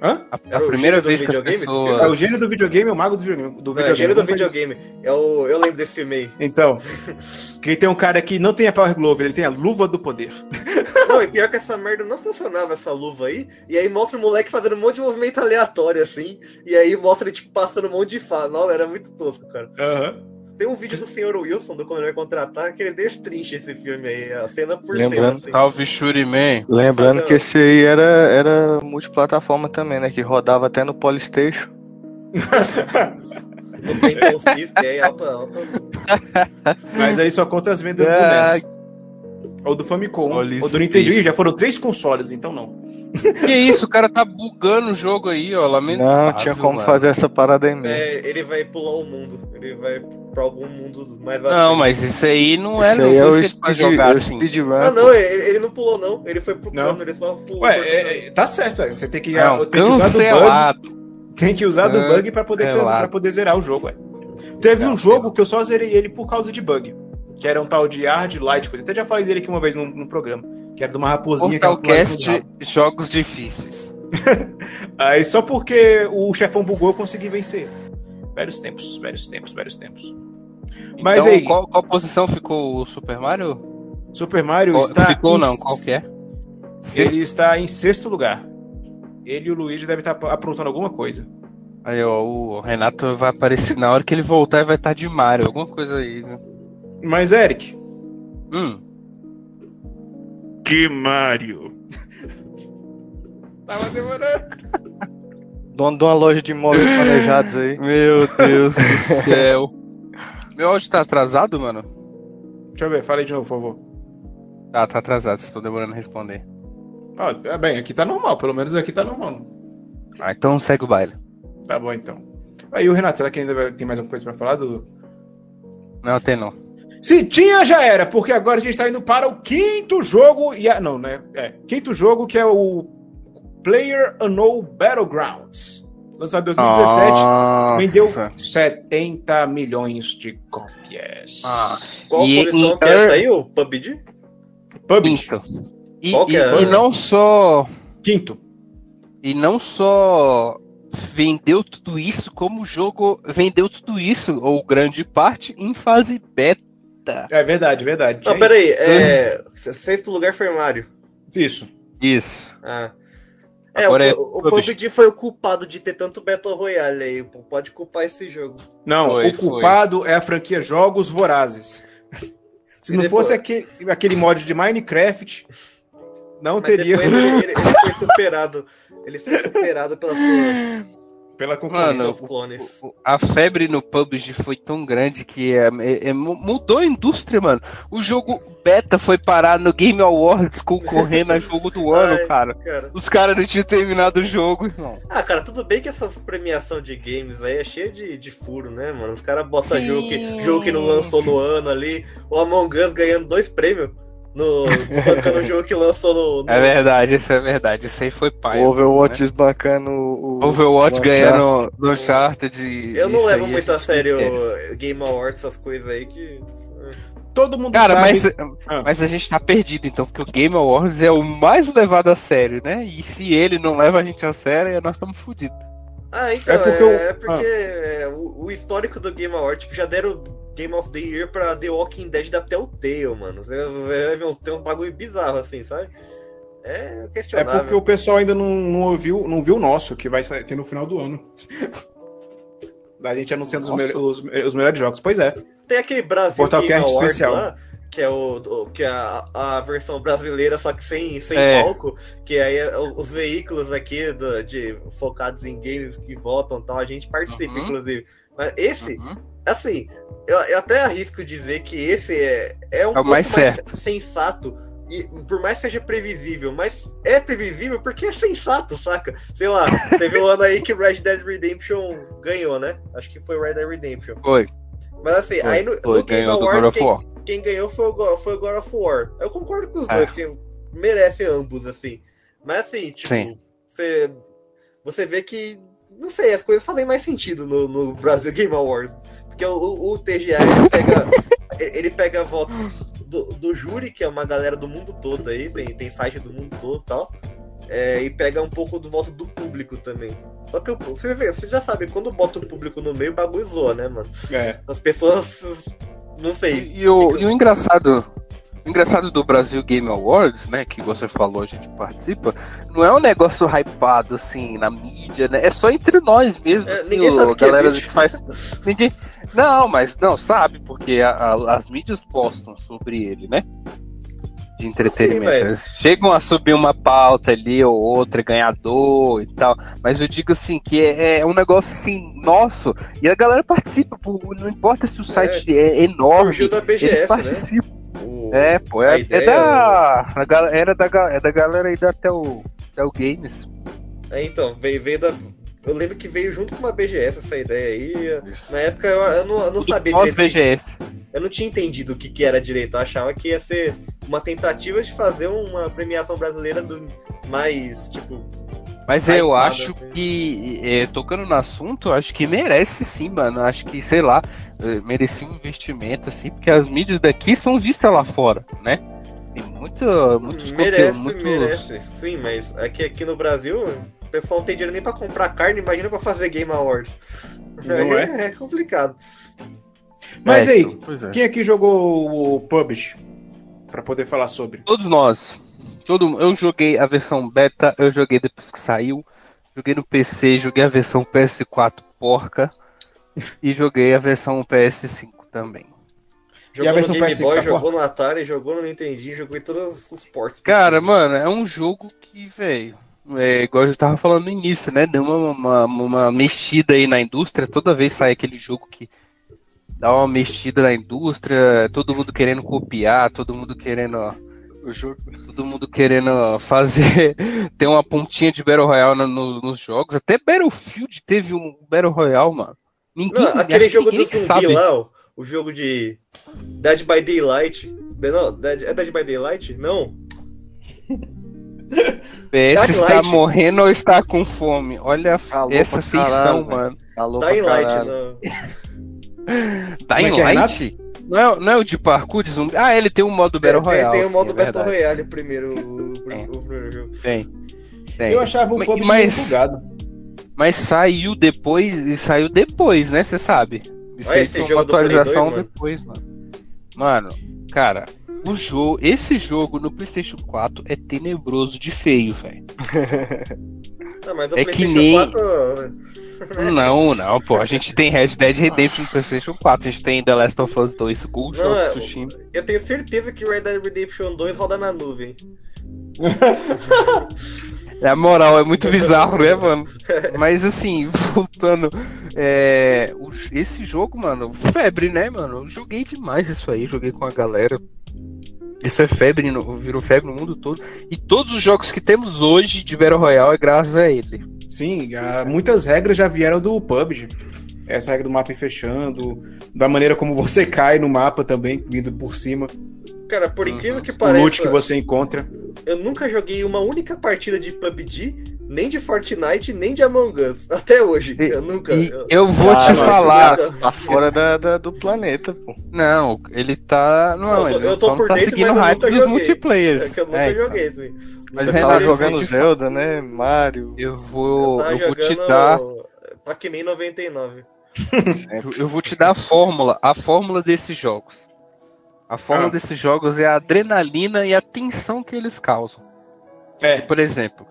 B: Hã?
E: A,
D: Era
E: a
D: o
E: primeira
D: gênio dos
E: vez que as
D: videogames?
B: É o
E: pessoas.
B: gênio do videogame, o mago do videogame. Do
D: Não, é o
B: videogame.
D: gênio do
B: Como é que eles-
D: videogame. É o, eu lembro desse filme aí.
B: Então, que tem um cara que não tem a Power Glove, ele tem a luva do poder.
D: Não, e pior que essa merda não funcionava, essa luva aí. E aí mostra o moleque fazendo um monte de movimento aleatório, assim. E aí mostra ele, tipo, passando um monte de fala. Não, era muito tosco, cara. Tem um vídeo do Sr. Wilson, do Quando Ele Vai Contratar, que ele destrincha esse filme aí, a cena por
C: Lembrando
D: cena. Assim.
E: Salve Shuriman.
C: Lembrando
D: Cada-
C: que esse aí era, era multiplataforma também, né? Que rodava até no Polystation.
D: Você inconsiste aí, é alta, alta.
B: Mas aí só conta as vendas
E: Ah.
B: do NES. Ou do Famicom,
E: Olha
B: ou do
E: esse
B: Nintendo.
E: bicho.
B: Já foram três consoles, então não.
E: Que isso, o cara tá bugando o jogo aí, ó. Lamentável.
C: Não tinha como
E: mano.
C: fazer essa parada aí mesmo.
D: É, ele vai pular o mundo. Ele vai pra algum mundo mais
E: Não,
D: mas.
E: mas isso aí não é,
C: Esse
E: não
C: aí é
E: foi
C: o
E: feito pra
C: speed,
E: jogar
C: é o
E: assim.
C: speedrun.
D: Ah,
C: pô.
D: não, ele, ele não pulou, não. Ele foi pro
B: Não.
D: plano, ele só pulou.
B: Ué, é- é- tá certo, é. você tem que,
E: Não,
B: tem que usar do bug.
E: um cancelado.
B: Tem que usar do
E: Ah,
B: bug pra poder,
E: sei lá.
B: pra poder zerar o jogo, ué. Teve um
E: Não, sei
B: jogo que eu só zerei ele por causa de bug. Que era um tal de Hard Lightfoot. Até já falei dele aqui uma vez num, num programa. Que era de uma raposinha que ela pulava no
E: Portalcast, jogos difíceis.
B: Aí só porque o chefão bugou eu consegui vencer. Velhos tempos, velhos tempos, velhos tempos. Mas
E: então,
B: aí-
E: Qual, qual posição ficou o Super Mario?
B: Super Mario
E: Qual-
B: está.
E: ficou
B: em-
E: não, qual que é? Sexto.
B: Ele está em sexto lugar. Ele e o Luigi devem estar aprontando alguma coisa.
E: Aí, ó, o Renato vai aparecer na hora que ele voltar e vai estar de Mario, alguma coisa aí. né?
B: Mas, Eric.
E: Hum,
B: Que Mario! Tava demorando.
C: Dono de uma loja de imóveis planejados aí.
E: meu Deus do céu. Meu áudio tá atrasado, mano?
B: Deixa eu ver, fala aí de novo, por favor.
E: Tá, tá atrasado, estou demorando a responder.
B: Ah, tá bem, aqui tá normal, pelo menos aqui tá normal.
E: Ah, então segue o baile.
B: Tá bom então. Aí o Renato, será que ainda vai- tem mais alguma coisa pra falar do,
E: Não, é tem não.
B: Se tinha, já era, porque agora a gente tá indo para o quinto jogo. E a, não, né? É. Quinto jogo que é o Player Unknown Battlegrounds. Lançado em 2017. Vendeu 70 milhões de cópias.
E: Ah,
D: Qual
E: E-
D: posição
E: e-
D: que é essa aí, o PUBG?
B: PUBG.
E: Então. E,
D: Qual que
E: e-
D: é?
E: e não só
B: Quinto.
E: e não só vendeu tudo isso, como o jogo vendeu tudo isso ou grande parte em fase beta.
B: É verdade, verdade.
D: Não,
B: É
D: peraí, é. Sexto lugar foi Mario.
B: Isso.
E: Isso.
D: Ah. É,
E: Agora
D: o,
E: é-
D: o PUBG foi o culpado de ter tanto Battle Royale aí. pô, Pode culpar esse jogo.
B: Não,
E: Foi,
B: o culpado é a franquia Jogos Vorazes. Se
D: E
B: não
D: depois-
B: fosse aquele, aquele mod de Minecraft, não
D: Mas
B: teria
D: depois ele, ele- ele foi superado. Ele foi superado pelas suas,
B: pela
E: Mano,
B: concorrência.
D: pelos clones.
E: O- A febre no PUBG foi tão grande que é, é- é- mu- mudou a indústria, mano. O jogo beta foi parar no Game Awards concorrendo a jogo do ano,
D: Ai.
E: cara.
D: Cara.
E: Os caras não tinham terminado o jogo, irmão.
D: Ah, cara, tudo bem que essas premiação de games aí é cheia de, de furo, né, mano? Os caras botam
E: Sim.
D: jogo que, jogo que não lançou no ano ali. O Among Us ganhando dois prêmios. No, espancando o jogo que lançou no. no-
E: É verdade, isso é verdade. Isso aí foi pai. né?
C: O Overwatch desbancando o.
E: Overwatch
C: o
E: ganhando no Uncharted.
D: Eu não
E: isso
D: levo
E: aí
D: muito a
E: gente
D: sério
E: esquece.
D: Game Awards, essas coisas aí que.
B: Todo mundo
E: Cara,
B: sabe.
E: mas, mas a gente tá perdido, então, porque o Game Awards é o mais levado a sério, né? E se ele não leva a gente a sério, nós estamos fodidos.
D: Ah, então,
B: É
D: é
B: porque
D: porque,
B: o-
D: é porque é, o, o histórico do Game Awards, tipo, já deram Game of the Year pra The Walking Dead da Telltale, mano. Você- você- meu, Tem uns bagulho bizarro, assim, sabe? É
B: É
D: questionável.
B: porque o pessoal ainda não, não ouviu, não viu o nosso, que vai sair- ter no final do ano. da gente anunciando os,
E: Nossa.
B: melhores- os, os melhores jogos. Pois é.
D: Tem aquele Brasil
B: Portal
D: Game
B: Cast
D: Awards
B: especial.
D: lá, que é, o, o- que é a, a versão brasileira, só que sem, sem
E: É.
D: álcool, que aí é o- os veículos aqui do- de, focados em games que votam e tal, a gente participa,
E: Uhum.
D: inclusive. Mas esse, assim, eu, eu até arrisco dizer que esse é, é um
E: É o
D: pouco
E: mais certo.
D: sensato. E por mais que seja previsível, mas é previsível porque é sensato, saca? Sei lá, teve um ano aí que o Red Dead Redemption ganhou, né? Acho que foi o Red Dead Redemption.
E: Foi,
D: Mas assim,
E: foi,
D: aí no,
E: foi,
D: no Game
E: ganhou do God
D: Awards,
E: of
D: quem,
E: War.
D: quem ganhou foi o, Go- foi o God of War. Eu concordo com os
E: É.
D: dois, que merecem ambos, assim. Mas assim,
E: Sim.
D: tipo, você, você vê que, não sei, as coisas fazem mais sentido no, no Brasil Game Awards. Porque o, o, o TGA, ele pega, ele pega votos do, do júri, que é uma galera do mundo todo aí, tem, tem site do mundo todo e tal. É, e pega um pouco do voto do público também. Só que o- você, vê, você já sabe, quando bota o público no meio, o bagulho zoa, né, mano?
B: É.
D: As pessoas. Não sei.
E: E o, e o engraçado, o engraçado do Brasil Game Awards, né, que você falou, a gente participa, não é um negócio hypado assim na mídia, né? É só entre nós mesmo,
D: É,
E: assim,
D: ninguém
E: o-
D: sabe
E: a
D: que
E: galera
D: existe.
E: que faz. Ninguém. Não, mas não sabe porque a- a- as mídias postam sobre ele, né? De entretenimento.
D: velho.
E: Eles chegam a subir uma pauta ali ou outra, ganhador e tal. Mas eu digo assim, que é, é um negócio assim, nosso, e a galera participa, pô, não importa se o site é, enorme,
D: Surgiu da
E: eles
D: BGS, né?
E: participam.
D: O-
E: É, pô,
D: A
E: é, é
D: ideia
E: da, a gal- era da, ga- é da galera aí da Tel, Tel Games.
D: é, então, veio, veio da. Eu lembro que veio junto com uma BGS essa ideia aí. Na época eu, eu não, eu não sabia
E: Nós
D: direito.
E: BGS.
D: Eu não tinha entendido o que, que era direito. Eu achava que ia ser uma tentativa de fazer uma premiação brasileira do mais, tipo.
E: Mas
D: Ai,
E: eu
D: nada,
E: acho
D: assim.
E: que, é, tocando no assunto, eu acho que merece sim, mano. Eu Acho que, sei lá, eh, merecia um investimento, assim, porque as mídias daqui são vistas lá fora, né? Tem muito, muitos
D: merece,
E: conteúdos. Muitos...
D: merece. Sim, mas aqui, aqui no Brasil, o pessoal não tem dinheiro nem pra comprar carne, imagina pra fazer Game Awards.
B: Não
D: Aí
B: é?
D: é complicado.
B: Mas
E: É,
B: aí,
E: então, pois é.
B: quem aqui jogou o PUBG? Pra poder falar sobre.
E: Todos nós. Todo, mu- eu joguei a versão beta, eu joguei depois que saiu, joguei no PC, joguei a versão PS4 porca e joguei a versão PS5 também.
B: E a
D: Jogou
B: versão
D: no Game
B: PS5,
D: Boy,
B: tá bom?
D: jogou no Atari, jogou no Nintendinho, jogou em todos os portos.
E: Cara, mano, é um jogo que, velho, é igual eu tava falando no início, né? Deu uma, uma, uma mexida aí na indústria, toda vez sai aquele jogo que dá uma mexida na indústria, todo mundo querendo copiar, todo mundo querendo
C: O jogo.
E: todo mundo querendo fazer ter uma pontinha de Battle Royale no- no- nos jogos. Até Battlefield teve um Battle Royale, mano. Ninguém,
D: Não,
E: acho
D: aquele
E: que
D: jogo do
E: ninguém
D: zumbi
E: sabe.
D: lá, ó, o jogo de Dead by Daylight. De- Não, Dead- é Dead by Daylight? Não.
E: PS está
D: Daylight.
E: morrendo ou está com fome? Olha a-
B: Tá
C: Falou pra
E: essa feição,
C: caralho,
E: mano.
C: Alô, pra
D: Dying Light. né?
C: caralho.
D: Não.
E: Tá em
B: Como é que é,
E: light? Não é, não é o de parkour de zumbi? Ah, ele tem um modo Battle
D: Tem-
E: Royale.
D: Tem, o
E: sim,
D: modo
E: é
D: Battle
E: verdade.
D: Royale primeiro. O, o-
E: É.
D: o primeiro jogo.
E: Tem.
B: Eu achava o
E: Mas-
B: PUBG
E: mas-
B: muito bugado.
E: Mas saiu depois, e saiu depois, né? Você sabe. Isso
D: Olha
E: aí
D: esse
E: foi uma
D: jogo do Play
E: atualização
D: 2, mano.
E: depois, mano. Mano, cara, o jogo, esse jogo no PlayStation 4 é tenebroso de feio, velho.
D: Não, mas o
E: É que
D: PlayStation
E: nem-
D: 4.
E: Não, não, pô. A gente tem Red Dead Redemption no PlayStation 4. A gente tem The Last of Us 2, Ghost
D: Não, é-
E: of Tsushima.
D: Eu tenho certeza que o Red Dead Redemption 2 roda na nuvem.
E: Na moral, é muito bizarro, né, mano?
D: É.
E: Mas assim, voltando. é, o- esse jogo, mano, febre, né, mano? Eu joguei demais isso aí, joguei com a galera. Isso é febre, no- virou febre no mundo todo. E todos os jogos que temos hoje de Battle Royale é graças a ele.
B: Sim, há- muitas regras já vieram do PUBG. Essa regra do mapa ir fechando, da maneira como você cai no mapa também, vindo por cima,
D: Cara,
E: Uhum.
D: por incrível que
B: o loot
D: pareça,
B: que você encontra.
D: eu nunca joguei uma única partida de PUBG, nem de Fortnite, nem de Among Us. Até hoje.
E: E-
D: eu nunca.
E: E
D: eu-
E: eu vou
C: Ah,
E: te
C: mas
E: falar.
D: nada.
C: Tá fora da, da- do planeta, pô.
E: Não, ele tá. Não,
D: Eu tô-
E: ele
D: eu tô
E: só não
D: por
E: tá
D: dentro,
E: seguindo
D: mas
E: o
D: eu
E: hype
D: nunca
E: dos
D: joguei. É
E: multiplayers.
D: que eu nunca
E: É, então.
D: joguei, assim.
C: Mas
E: Mas
C: você
E: é
C: tava
E: interessante
C: jogando Zelda, né? Mario.
E: Eu vou.
D: tava
E: Eu vou te
D: tá jogando
E: dar.
D: Pac-Man 99.
E: Eu- Eu vou te dar a fórmula, a fórmula desses jogos. A fórmula
B: Ah.
E: desses jogos é a adrenalina e a tensão que eles causam.
B: É.
E: Por exemplo,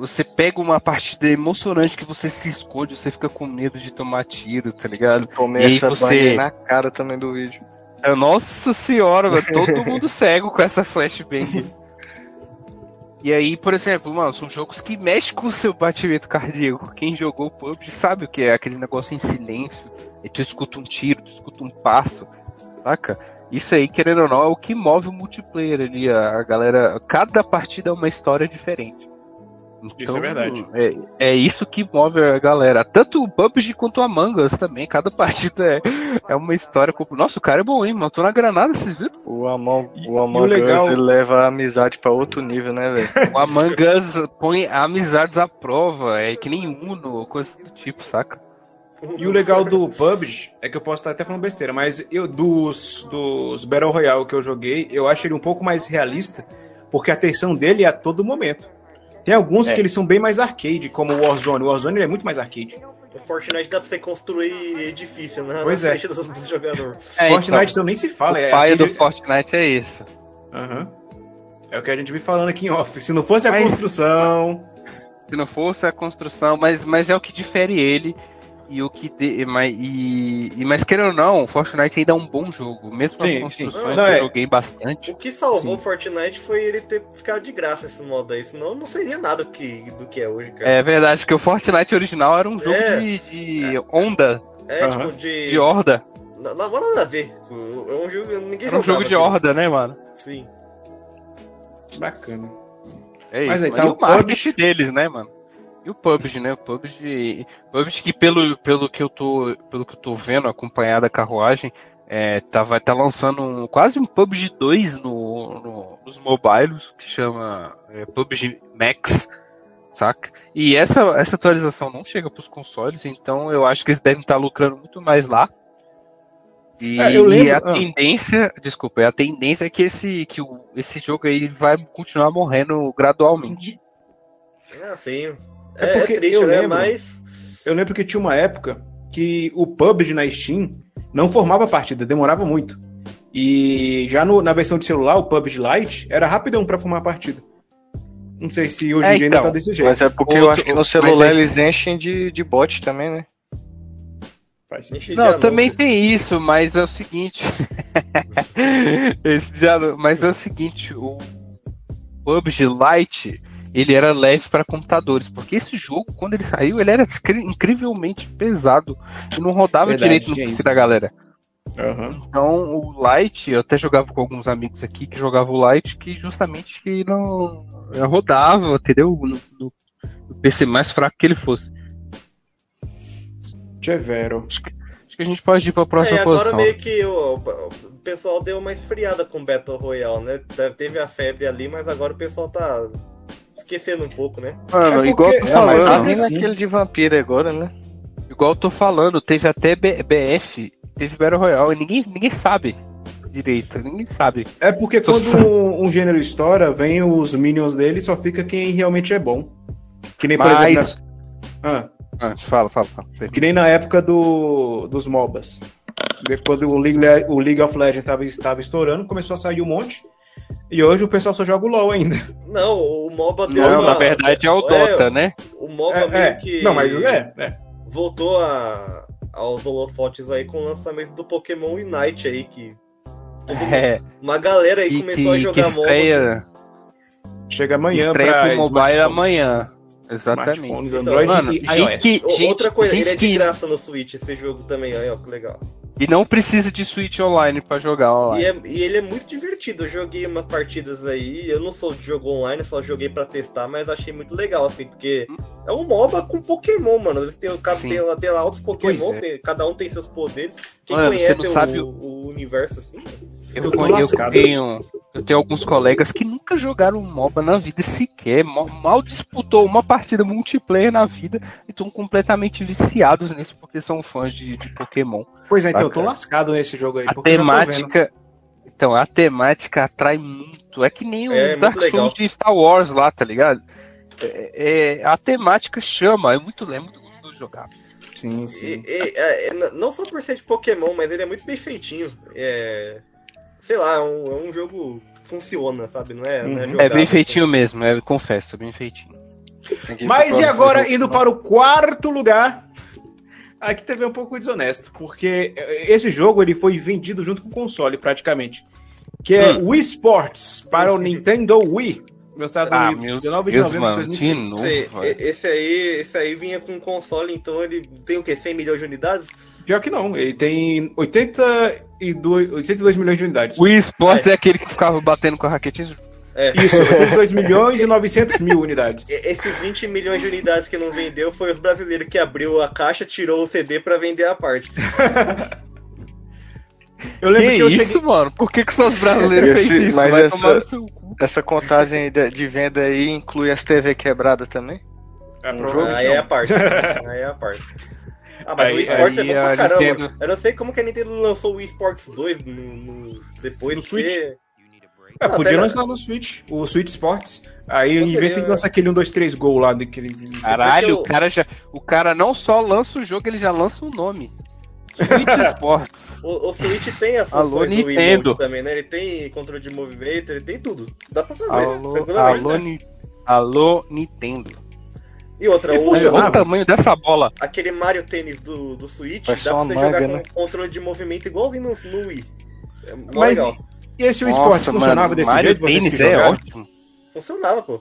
E: você pega uma partida emocionante que você se esconde, você fica com medo de tomar tiro, tá ligado?
C: Tomei
E: E aí
C: essa
E: você-
C: banha na cara também do vídeo.
E: Ah, Nossa senhora, mano, todo mundo cego com essa flashbang. E aí, por exemplo, mano, são jogos que mexem com o seu batimento cardíaco. Quem jogou PUBG sabe o que é aquele negócio em silêncio. E tu escuta um tiro, tu escuta um passo, saca? Isso aí, querendo ou não, é o que move o multiplayer ali. A a galera. Cada partida é uma história diferente. Então,
B: Isso é verdade.
E: É, é isso que move a galera. Tanto o PUBG quanto a Mangas também. Cada partida é, é uma história. com- Nossa, o cara é bom, hein? Matou na granada, vocês viram?
C: O Among,
B: E-
C: o Among
B: e o legal-
C: Us ele leva a amizade pra outro nível, né, velho?
E: O Among Us põe amizades à prova, é que nem Uno, coisa do tipo, saca?
B: E o legal do PUBG é que eu posso estar até falando besteira, mas eu dos, dos Battle Royale que eu joguei, eu acho ele um pouco mais realista, porque a tensão dele é a todo momento. Tem
E: É.
B: alguns que eles são bem mais arcade, como o Warzone. O Warzone ele é muito mais arcade.
D: O Fortnite dá pra você construir edifício na,
B: Pois
D: na
B: é.
D: frente dos, dos jogadores.
B: Fortnite então, nem se fala. é
E: É, o pai do
B: arcade-
E: Fortnite é isso.
B: Aham. É o que a gente vem falando aqui em off. Se não fosse a
E: Mas-
B: construção.
E: Se não fosse a construção, mas, mas é o que difere ele e o que de- mas, e, e- mas querendo ou não, o Fortnite ainda é um bom jogo, mesmo
B: Sim,
E: as construções
B: sim.
E: que
B: Não, é.
E: eu joguei bastante.
D: O que salvou
B: Sim.
D: o Fortnite foi ele ter ficado de graça esse modo aí, senão não seria nada do que, do que é hoje, cara.
E: É verdade que o Fortnite original era um jogo
D: É.
E: de, de onda,
D: É,
B: Aham.
D: tipo de.
E: de horda.
D: Na, na moral, nada a ver. O- É um jogo. Ninguém
E: Era um
D: jogava,
E: jogo de
D: cara.
E: horda, né, mano?
D: Sim.
B: Bacana.
E: É isso.
B: Mas aí
E: mano.
B: tá
E: e
B: o
E: o marketing
B: PUBG.
E: deles, né, mano? E o PUBG, né? O PUBG, PUBG que pelo, pelo que eu tô, pelo que eu tô vendo, acompanhado da carruagem, é, tá, vai tá lançando um- quase um PUBG 2 no, no- nos mobiles, que chama é, PUBG Max, saca? E essa, essa atualização não chega pros consoles, então eu acho que eles devem estar lucrando muito mais lá. E,
B: É, eu lembro-
E: e a
B: ah.
E: tendência, desculpa, e a tendência é que esse, que o, esse jogo aí vai continuar morrendo gradualmente.
D: Ah, sim.
B: É
D: É, é
B: porque
D: triste,
B: eu
D: né?
B: lembro.
D: Mas.
B: Eu lembro que tinha uma época que o PUBG na Steam não formava partida, demorava muito. E já no- na versão de celular, o PUBG Lite, era rapidão pra formar partida. Não sei se hoje em
E: É,
B: dia
E: então,
B: ainda tá desse jeito.
C: Mas é porque eu
E: Outro-
C: acho que no
E: mas
C: celular
E: esse-
C: eles enchem de, de bot também, né?
B: Faz sentido.
D: enche de
E: Não,
D: anúncio.
E: também tem isso, mas é o seguinte. Esse diálogo, mas é o seguinte, o PUBG Lite, ele era leve para computadores, porque esse jogo, quando ele saiu, ele era descri- incrivelmente pesado e não rodava
B: Verdade,
E: direito no
B: tinha
E: PC
B: isso.
E: da galera.
B: Aham.
E: Então, o Light, eu até jogava com alguns amigos aqui que jogavam o Light, que justamente que não não rodava, entendeu? No, no- no PC mais fraco que ele fosse.
B: Severo.
E: Acho que a gente pode ir pra
D: É,
E: próxima
D: agora
E: posição.
D: meio que o, o pessoal deu uma esfriada com o Battle Royale, né? Te- Teve a febre ali, mas agora o pessoal tá esquecendo um pouco, né?
E: Mano,
B: É
E: igual eu tô
B: porque-
C: Ah,
B: Falando,
C: mas tá
E: falando,
B: né?
C: vindo
B: Sim.
C: aquele de vampiro agora, né?
E: igual eu tô falando, teve até B- BF, teve Battle Royale, e ninguém, ninguém sabe direito, ninguém sabe.
B: É porque
E: Tô
B: quando
E: sa-
B: um, um gênero estoura, vem os minions dele e só fica quem realmente é bom. Que nem, por exemplo.
E: Mas.
B: na- Ah,
E: Ah, fala, fala, fala.
B: que nem na época do, dos MOBAs. Quando o League, o League of Legends estava estava estourando, começou a sair um monte. E hoje o pessoal só joga o LOL ainda.
D: Não, o MOBA deu
E: Não,
D: uma...
E: na verdade é o Dota, né?
D: O MOBA
B: É,
D: meio
B: é.
D: que.
B: Não, mas é, é.
D: Voltou a, aos holofotes aí com o lançamento do Pokémon Unite aí, que. todo mundo-
E: É,
D: Uma galera aí
E: que,
D: começou a
E: que, que
D: jogar MOBA.
E: estreia,
B: Chega amanhã
E: estreia
B: pra
E: pro mobile
B: smartphones.
E: amanhã. Exatamente.
B: Smartphones, Android
E: Mano,
B: e
E: gente
B: iOS.
E: que,
D: O-
E: gente,
D: Outra coisa, ele
E: gente
D: é de
E: que
D: graça no Switch, esse jogo também, olha ó, que legal.
E: E não precisa de Switch online pra jogar
D: E,
E: online.
D: é- e ele é muito divertido. Eu joguei umas partidas aí. Eu não sou de jogo online, só joguei pra testar, mas achei muito legal, assim, porque é um MOBA com Pokémon, mano. Eles têm, cada,
E: Sim.
D: tem, lá- tem lá altos Pokémon,
B: Pois é.
D: tem- cada um tem seus poderes. Quem
E: Mano, você
D: conhece
E: não
D: o,
E: sabe o-
D: o universo, assim,
E: Eu,
B: tô
E: con- eu
B: lascado.
E: tenho, eu tenho alguns colegas que nunca jogaram MOBA na vida sequer, mal, mal disputou uma partida multiplayer na vida e estão completamente viciados nisso porque são fãs de, de Pokémon.
B: Pois é, então eu tô
E: Bacana.
B: lascado nesse jogo aí.
E: A
B: porque eu já
D: né?
B: tô vendo.
E: temática. Então, a temática atrai muito. É que nem o
D: É, muito
E: Dark
D: legal.
E: Souls de Star Wars lá, tá ligado? É, é- a temática chama, é muito, é muito gostoso de jogar.
B: Sim, sim.
D: E- e- é- é n- não só por ser de Pokémon, mas ele é muito bem feitinho. É, sei lá, é um, é um jogo que funciona, sabe? Não é, não
B: Uhum. É
E: É
D: jogável,
E: bem
D: assim.
E: feitinho mesmo, é, confesso, é bem feitinho.
B: Mas e agora, indo para o quarto lugar, aqui também é um pouco desonesto, porque eh, esse jogo ele foi vendido junto com o console, praticamente. Que é
E: Hum.
B: Wii Sports para o Nintendo Wii, lançado
E: Ah,
B: no
E: meu
B: 19 de
E: Deus,
B: novembro de
E: mano, de
B: 2006.
E: novo,
D: Esse,
E: velho.
D: esse aí, esse aí vinha com console, então ele tem o quê? 100 milhões de unidades?
B: Pior que não, ele tem 82, 82 milhões de unidades.
E: O esportes é. aquele que ficava batendo com a raquetinha.
D: É.
B: Isso, 82 milhões e 900 mil unidades.
D: E- Esses 20 milhões de unidades que não vendeu foi os brasileiros que abriu a caixa, tirou o CD pra vender a parte.
B: Eu lembro que,
E: que
B: eu
E: isso,
B: cheguei.
E: mano? Por que, que só os brasileiros
C: Esse-
E: fez isso?
C: mas
E: Vai
C: essa-
E: tomar no seu cu.
C: Essa contagem aí de de venda aí inclui as TV quebradas também?
B: Ah, provavelmente
D: Aí é
B: não.
D: a parte. Aí é a parte. Ah, mas o
B: Aí-
D: esporte é bom
E: aí a
D: pra caramba.
E: Nintendo-
D: Eu não sei como que a Nintendo lançou o eSports 2 no, no- depois
B: No
D: porque-
B: Switch? É, podia
D: pera-
B: lançar no Switch, o Switch Sports. Aí
D: né? Poderia,
B: inventa de
D: né?
B: lançar aquele 1, 2, 3 gol lá daqueles.
E: Caralho,
D: eu-
E: o cara já. O cara não só lança o jogo, ele já lança o nome. Switch Sports.
D: O, o Switch tem as
E: Alô,
D: funções do
E: Nintendo.
D: emote também, né? Ele tem controle de movimento, ele tem tudo. Dá pra fazer.
E: Alô,
D: tranquilamente,
E: alô,
D: né?
E: Ni- alô, Nintendo.
D: E outra,
B: E
D: o-
E: Olha
B: funcionava?
E: o Ah, tamanho dessa bola.
D: aquele Mario Tênis do, do Switch,
C: Parece
D: dá pra
C: uma
D: você
C: maga,
D: jogar com
C: né?
D: controle de movimento igualzinho no, no Wii. É mó
B: Mas
D: legal.
B: E esse Wii Sports funcionava desse
E: Mario
B: jeito? Vocês
E: Tennis
B: que
E: é
B: jogaram?
E: ótimo.
D: Funcionava, pô.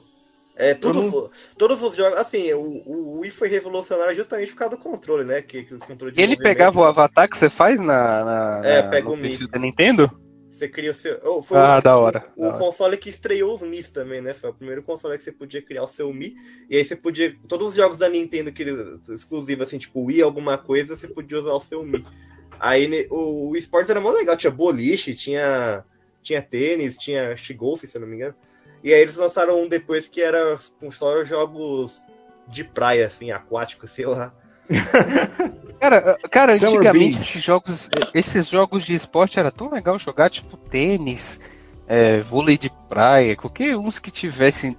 D: É, tudo,
B: não-
D: fo- todos os jogos. Assim, o, o Wii foi revolucionário justamente por causa do controle, né? Que, que os controles de
E: Ele
D: movimento,
E: pegava o avatar que você faz na. na
D: É,
E: na-
D: pega
E: no
D: o Mi.
E: perfil da Nintendo?
D: Você cria o seu. oh, foi
E: Ah,
D: o-
E: da hora.
D: O
E: da hora.
D: console que estreou os Mis também, né? Foi o primeiro console que você podia criar o seu Mi. E aí você podia. Todos os jogos da Nintendo que eles- exclusivos, assim, tipo Wii, alguma coisa, você podia usar o seu Mi. Aí ne- o, o esporte era mó legal, tinha boliche, tinha. Tinha tênis, tinha golf, se eu não me engano. E aí eles lançaram um depois que era com só jogos de praia, assim, aquáticos, sei lá.
E: Cara, uh, cara
B: Summer
E: antigamente
B: Beach.
E: esses jogos, esses jogos de esporte era tão legal jogar, tipo tênis, é, vôlei de praia, qualquer uns que tivessem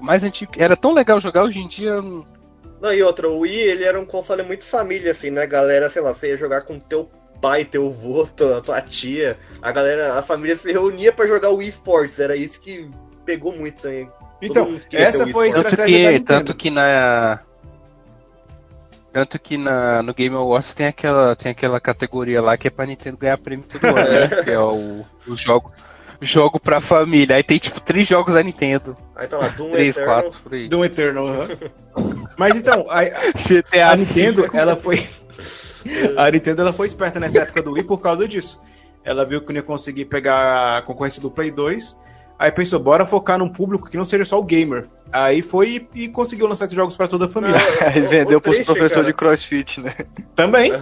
E: mais antigo. Era tão legal jogar hoje em dia. não-
D: Não, e outra, o Wii, ele era um console muito família, assim, né? Galera, sei lá, você ia jogar com teu pai, teu avô, tua, tua tia. A galera, a família se reunia pra jogar o Wii Sports. Era isso que pegou muito também.
B: Então,
D: mundo queria ter
B: essa
E: um
D: o
B: foi a
D: esporte.
E: Tanto
B: estratégia da
E: que,
B: Nintendo.
E: tanto que na tanto que na, no Game Awards tem aquela, tem aquela categoria lá que é pra Nintendo ganhar prêmio todo ano, né? Que é o, o jogo, jogo pra família. Aí tem tipo três jogos da Nintendo.
D: Aí tá lá, Doom
E: Três,
D: Eternal.
E: quatro, por aí.
B: Um Do Eternal. aham. Mas então, a,
E: GTA
B: a
E: V.
B: Nintendo, ela foi. A Nintendo ela foi esperta nessa época do Wii por causa disso. Ela viu que não ia conseguir pegar a concorrência do Play 2. Aí pensou, bora focar num público que não seja só o gamer. Aí foi e, e conseguiu lançar esses jogos pra toda a família.
C: Aí
D: O- o-
C: vendeu
D: o
C: pros
D: triste, é,
C: professores
D: cara,
C: de crossfit, né?
B: Também.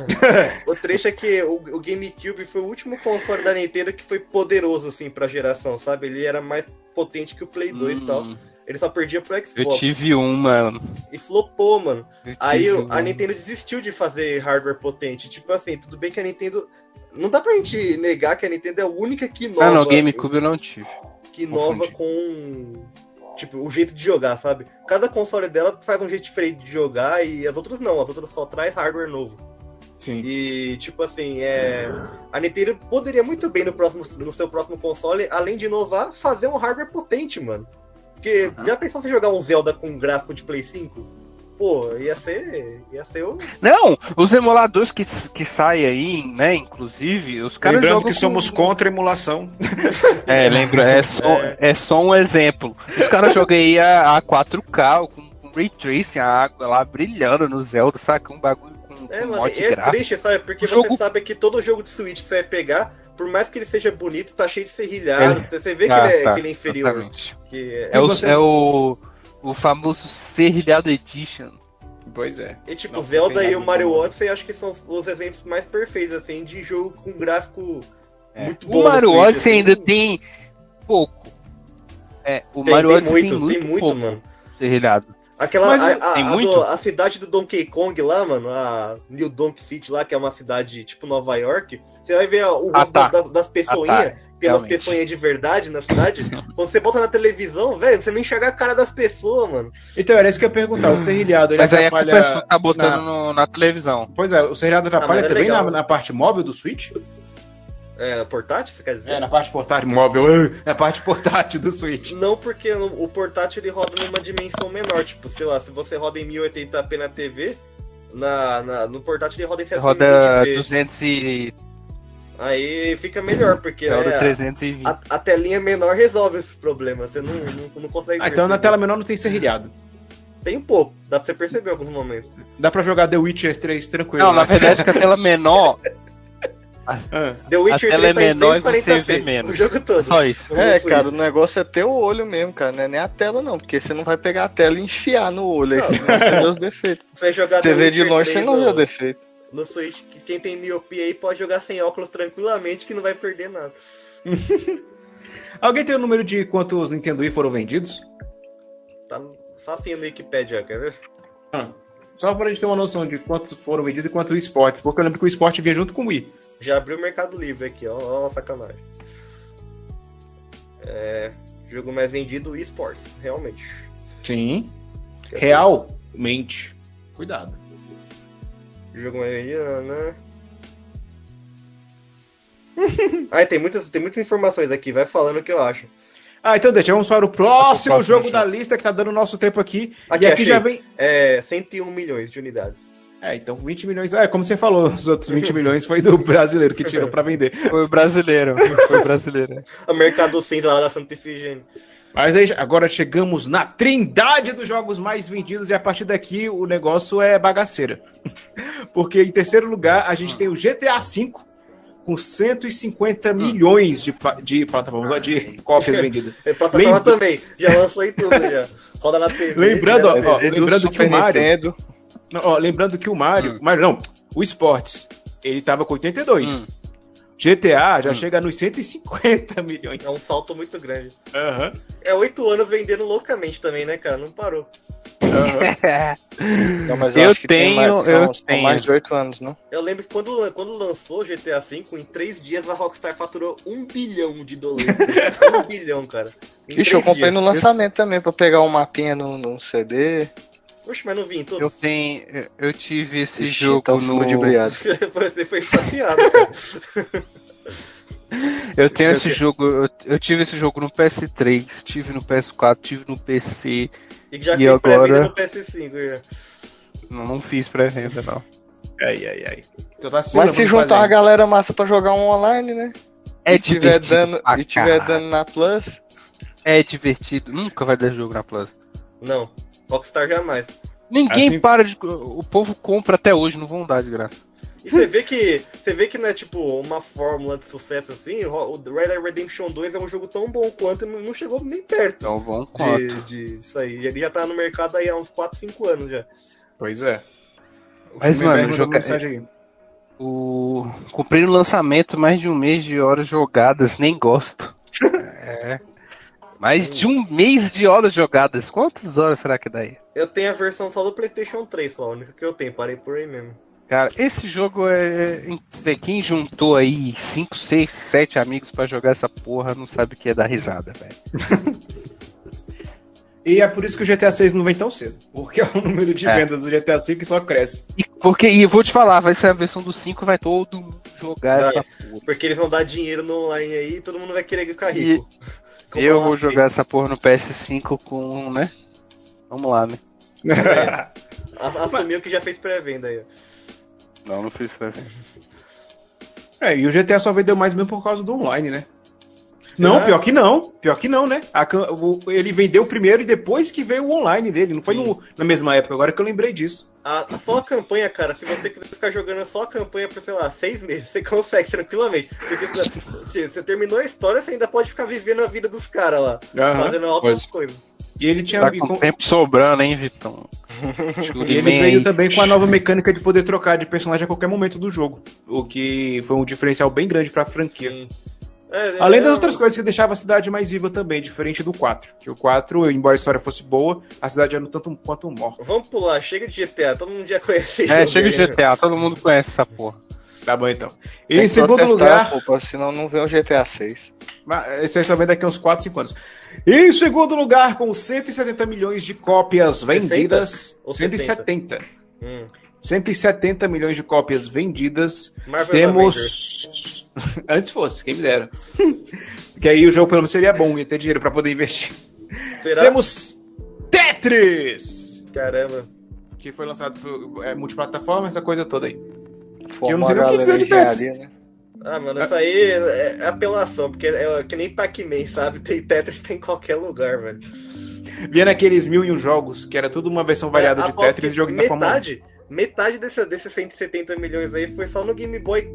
D: O trecho é que o, o GameCube foi o último console da Nintendo que foi poderoso, assim, pra geração, sabe? Ele era mais potente que o Play 2 e tal.
E: Hum,
D: Ele só perdia pro
E: Eu
D: Xbox.
E: tive um, mano.
D: E flopou, mano.
E: Eu
D: Aí
E: tive
D: o-
E: um.
D: a Nintendo desistiu de fazer hardware potente. Tipo assim, tudo bem que a Nintendo. Não dá pra gente negar que a Nintendo é a única que inova.
E: Ah, não,
D: assim.
E: GameCube eu não tive.
D: Que inova
E: confundi.
D: com. Tipo, o jeito de jogar, sabe? Cada console dela faz um jeito diferente de jogar e as outras não. As outras só traz hardware novo.
B: Sim.
D: E, tipo assim, é. A Nintendo poderia muito bem no, próximo, no seu próximo console, além de inovar, fazer um hardware potente, mano. Porque já pensou você jogar um Zelda com um gráfico de Play 5? pô, ia ser. Ia ser o.
E: Não, os emuladores que, que saem aí, né? Inclusive, os caras.
B: Lembrando
E: jogam
B: que
E: com-
B: somos contra a emulação.
E: É, lembra, é só, é só um exemplo. Os caras jogam aí a, a 4K com, com ray tracing, a água lá brilhando no Zelda, saca? Um bagulho com,
D: É,
E: com
D: mano,
E: mod
D: é
E: gráfico.
D: triste, sabe? Porque
E: O jogo-
D: você sabe que todo jogo de Switch que você vai pegar, por mais que ele seja bonito, tá cheio de serrilhado. Você vê que,
E: Ah,
D: ele é,
E: tá,
D: que ele é inferior.
E: exatamente.
D: Que é-
E: É o,
B: você-
E: é o, o famoso serrilhado edition.
B: Pois é.
D: E tipo,
B: Nossa,
D: Zelda
B: sei
D: e
B: lá,
D: o
B: muito
D: Mario
B: bom.
D: Odyssey acho que são os- os exemplos mais perfeitos, assim, de jogo com gráfico
E: É.
D: muito bom.
E: o Mario
D: no Switch,
E: Odyssey
D: assim.
E: ainda tem pouco. É, o
D: Tem,
E: Mario
D: tem
E: Odyssey tem
D: muito,
E: muito,
D: tem muito,
E: pouco
D: mano.
E: serrilhado.
D: Aquela.
B: Mas
D: a, a-
E: tem
D: a
E: muito?
D: do- a cidade do Donkey Kong lá, mano, a New Donk City lá, que é uma cidade tipo Nova York, você vai ver ó, o rosto
E: Ah, tá.
D: das, das
E: Ah,
D: pessoinhas.
E: tá.
D: tem umas
E: realmente.
D: pessoinhas de verdade na cidade. quando você bota na televisão, velho, você não enxerga a cara das pessoas, mano.
B: Então, era isso que eu ia perguntar. O serrilhado, ele
E: Mas aí a
B: atrapalha...
E: culpa é sua que tá botando no- na televisão.
B: Pois é, o serrilhado atrapalha
D: mas é
B: também na,
D: legal.
B: na parte móvel do Switch?
D: É, portátil, você quer dizer?
B: É, na parte portátil móvel. é, Na parte portátil do Switch.
D: Não porque no- o portátil ele roda numa dimensão menor, tipo, sei lá, se você roda em 1080p na TV, na, na- no portátil ele roda em 720p.
E: Roda 200 e...
D: Aí fica melhor, porque né,
E: É, Roda
D: a-
E: 320.
D: a, a telinha menor resolve esses problemas, você não, não, não consegue
B: Ah, então na
D: perceber.
B: tela menor não tem serrilhado.
D: Tem um pouco, dá pra você perceber alguns momentos.
B: Dá pra jogar The Witcher 3 tranquilo.
E: Não, na
B: né?
E: verdade que a tela menor,
B: Ah,
D: The Witcher 3
E: tela é
D: tá em
E: menor e você
D: 640p,
E: vê menos.
D: O jogo todo.
E: só isso.
D: Não
C: É,
D: foi.
C: cara, o negócio é ter o olho mesmo, cara. Não é nem a tela, não. Porque você não vai pegar a tela e enfiar no olho. Aí
D: Não.
C: você não vai ver os defeitos.
D: Você jogar The
C: Você vê de
D: Witcher
C: longe, você
D: 3
C: não né? vê o
D: no,
C: defeito.
D: no Switch, que quem tem miopia aí pode jogar sem óculos tranquilamente que não vai perder nada.
B: Alguém tem o número de quantos Nintendo Wii foram vendidos?
D: Tá facinho no Wikipedia, quer ver?
B: Só pra gente ter uma noção de quantos foram vendidos e quanto o esporte. Porque eu lembro que o esporte vinha junto com o Wii.
D: Já abriu o Mercado Livre aqui, ó, ó a sacanagem. É, jogo mais vendido, Wii Sports, realmente.
B: Sim. Realmente. Cuidado.
D: Jogo mais vendido, né? Ai, tem muitas, tem muitas informações aqui, vai falando o que eu acho.
B: Ah, então deixa, vamos para o próximo,
E: Próximo
B: jogo
E: jogo.
B: da lista que tá dando nosso tempo aqui.
D: Aqui,
B: e aqui
D: achei.
B: já vem.
D: É, 101 milhões de unidades.
B: É, então 20 milhões. É, como você falou, os outros 20 milhões foi do brasileiro que tirou pra vender.
E: Foi o brasileiro. Foi o brasileiro.
D: O Mercado Cinza lá da Santa Efigênia.
B: Mas aí, agora chegamos na trindade dos jogos mais vendidos e a partir daqui o negócio é bagaceira. Porque em terceiro lugar a gente tem o GTA V com 150 milhões de, pla- de plataformas, ó, de cópias vendidas.
D: É plataforma
B: Lembra-
D: também, já lançou em tudo já. Roda na TV.
B: Lembrando,
D: né?
B: ó,
C: É do
B: lembrando que o
C: Super
B: Mario-
C: Nintendo,
B: Não, ó, lembrando que o
D: Hum.
B: Mario, o Mario não, o Sports, ele tava com 82.
E: Hum.
B: GTA já chega nos 150 milhões.
D: Hum. É um salto muito grande.
B: Aham.
D: É oito anos vendendo loucamente também, né, cara? Não parou.
C: Não, mas eu,
E: Eu
C: acho que tem
E: tenho,
C: mais, são,
E: eu
C: são
E: tenho.
C: mais de 8 anos, não?
D: Eu lembro que quando, quando lançou o GTA V, em três dias a Rockstar faturou um bilhão de dólares. um bilhão, cara. Em
C: Ixi,
D: três
C: eu comprei
D: dias.
C: no lançamento também, pra pegar um mapinha num, num CD.
D: Oxe, mas não vim tudo.
E: Eu tenho. eu- Eu tive esse
C: Ixi,
E: jogo
C: então ficou
E: no.
C: de briado.
D: Você foi saciado, cara.
E: Eu tenho
D: Você
E: esse
D: tem-
E: jogo. Eu, eu tive esse jogo no PS3, tive no PS4, tive no PC.
D: E já
E: E
D: fez pré-venda
E: agora?
D: no PS5. já.
E: Não, não fiz pré-venda, não.
B: Ai, ai, ai. Então tá assim,
C: Mas
B: nós
C: se
B: vamos
C: juntar uma
B: fazer.
C: galera massa pra jogar um online, né?
E: É
C: e tiver
E: divertido.
C: dando,
E: pra
C: e tiver
E: caralho.
C: dando na Plus,
E: É divertido. Nunca vai dar jogo na Plus.
D: Não, Rockstar jamais.
E: Ninguém
B: Assim-
E: para de. O povo compra até hoje, não vão dar de graça.
D: E você vê que você vê que não é tipo uma fórmula de sucesso assim, o o Red Dead Redemption 2 é um jogo tão bom quanto e não não chegou nem perto
E: Então vão comprar.
D: de, de isso aí. Ele já tá no mercado aí há uns 4, 5 anos já.
B: Pois é.
E: Mas,
B: Fumei
E: mano, é-
B: Berg mandou
E: joga-
B: mensagem aí.
E: O... Comprei no lançamento mais de um mês de horas jogadas, nem gosto. É. Mais de um mês de horas jogadas. Quantas horas será que dá aí?
D: Eu tenho a versão só do PlayStation 3, só a única que eu tenho, parei por aí mesmo.
E: Cara, esse jogo é. é- Quem juntou aí 5, 6, 7 amigos pra jogar essa porra não sabe o que é dar risada, velho.
B: E é por isso que o GTA 6 não vem tão cedo. Porque é o número de
E: É.
B: vendas do GTA 5 que só cresce.
E: E Porque, e eu vou te falar, vai ser a versão do 5, vai todo mundo jogar
D: Vai.
E: essa porra.
D: Porque eles vão dar dinheiro no online aí e todo mundo vai querer ficar
E: E-
D: rico. Comprar
E: Eu
D: uma
E: vou
D: Play.
E: jogar essa porra no PS5 com, né? Vamos lá, né?
D: A- Assumiu que já fez pré-venda aí. ó.
E: Não, não fiz isso.
B: É, e o GTA só vendeu mais mesmo por causa do online, né? Não, pior que não. Pior que não, né? A can- o- ele vendeu primeiro e depois que veio o online dele. Não foi no- na mesma época, agora que eu lembrei disso.
D: A- só a campanha, cara, se você quiser ficar jogando só a campanha por, sei lá, seis meses, você consegue tranquilamente. Porque tipo, se- se você terminou a história, você ainda pode ficar vivendo a vida dos caras lá,
B: Aham.
D: fazendo altas
E: Pode.
D: coisas.
B: E ele tinha.
E: Tá
B: e
E: com
B: um com-
E: tempo sobrando, hein, Vitão?
B: E ele veio também com a nova mecânica de poder trocar de personagem a qualquer momento do jogo. O que foi um diferencial bem grande pra franquia.
D: É,
B: Além
D: é,
B: das outras coisas que deixava a cidade mais viva também, diferente do 4. Que o 4, embora a história fosse boa, a cidade era um tanto quanto morta.
D: Vamos pular, chega de GTA, todo mundo já conhece esse
E: É,
D: jogo
E: chega
D: aí,
E: de
D: né?
E: GTA, todo mundo conhece essa porra.
B: Tá bom então. E
C: Tem que
B: em segundo
C: protestar,
B: lugar.
C: pô, pra- senão não vem o GTA 6.
B: Mas Esse aí só vem daqui a uns 4, 5 anos. Em segundo lugar, com 170 milhões de cópias vendidas.
D: Ou
B: 170.
D: Hum,
B: 170 milhões de cópias vendidas.
D: Marvel Avengers.
B: Temos. Antes fosse, quem me dera. que aí o jogo pelo menos seria bom, ia ter dinheiro pra poder investir.
D: Será?
B: Temos Tetris!
D: Caramba.
B: Que foi lançado por é, multiplataforma, essa coisa toda aí.
C: Formou
B: não sei
C: a
B: nem o que
C: galera
B: dizer de
C: de engenharia, né?
D: Ah, mano, isso aí é é apelação, porque é que nem Pac-Man, sabe? Tem Tetris tem em qualquer lugar, velho.
B: Vendo aqueles mil e um jogos, que era tudo uma versão variada
D: É,
B: de
D: aposto
B: Tetris e
D: que
B: jogo da Fórmula 1.
D: metade, metade desse- desses 170 milhões aí foi só no Game Boy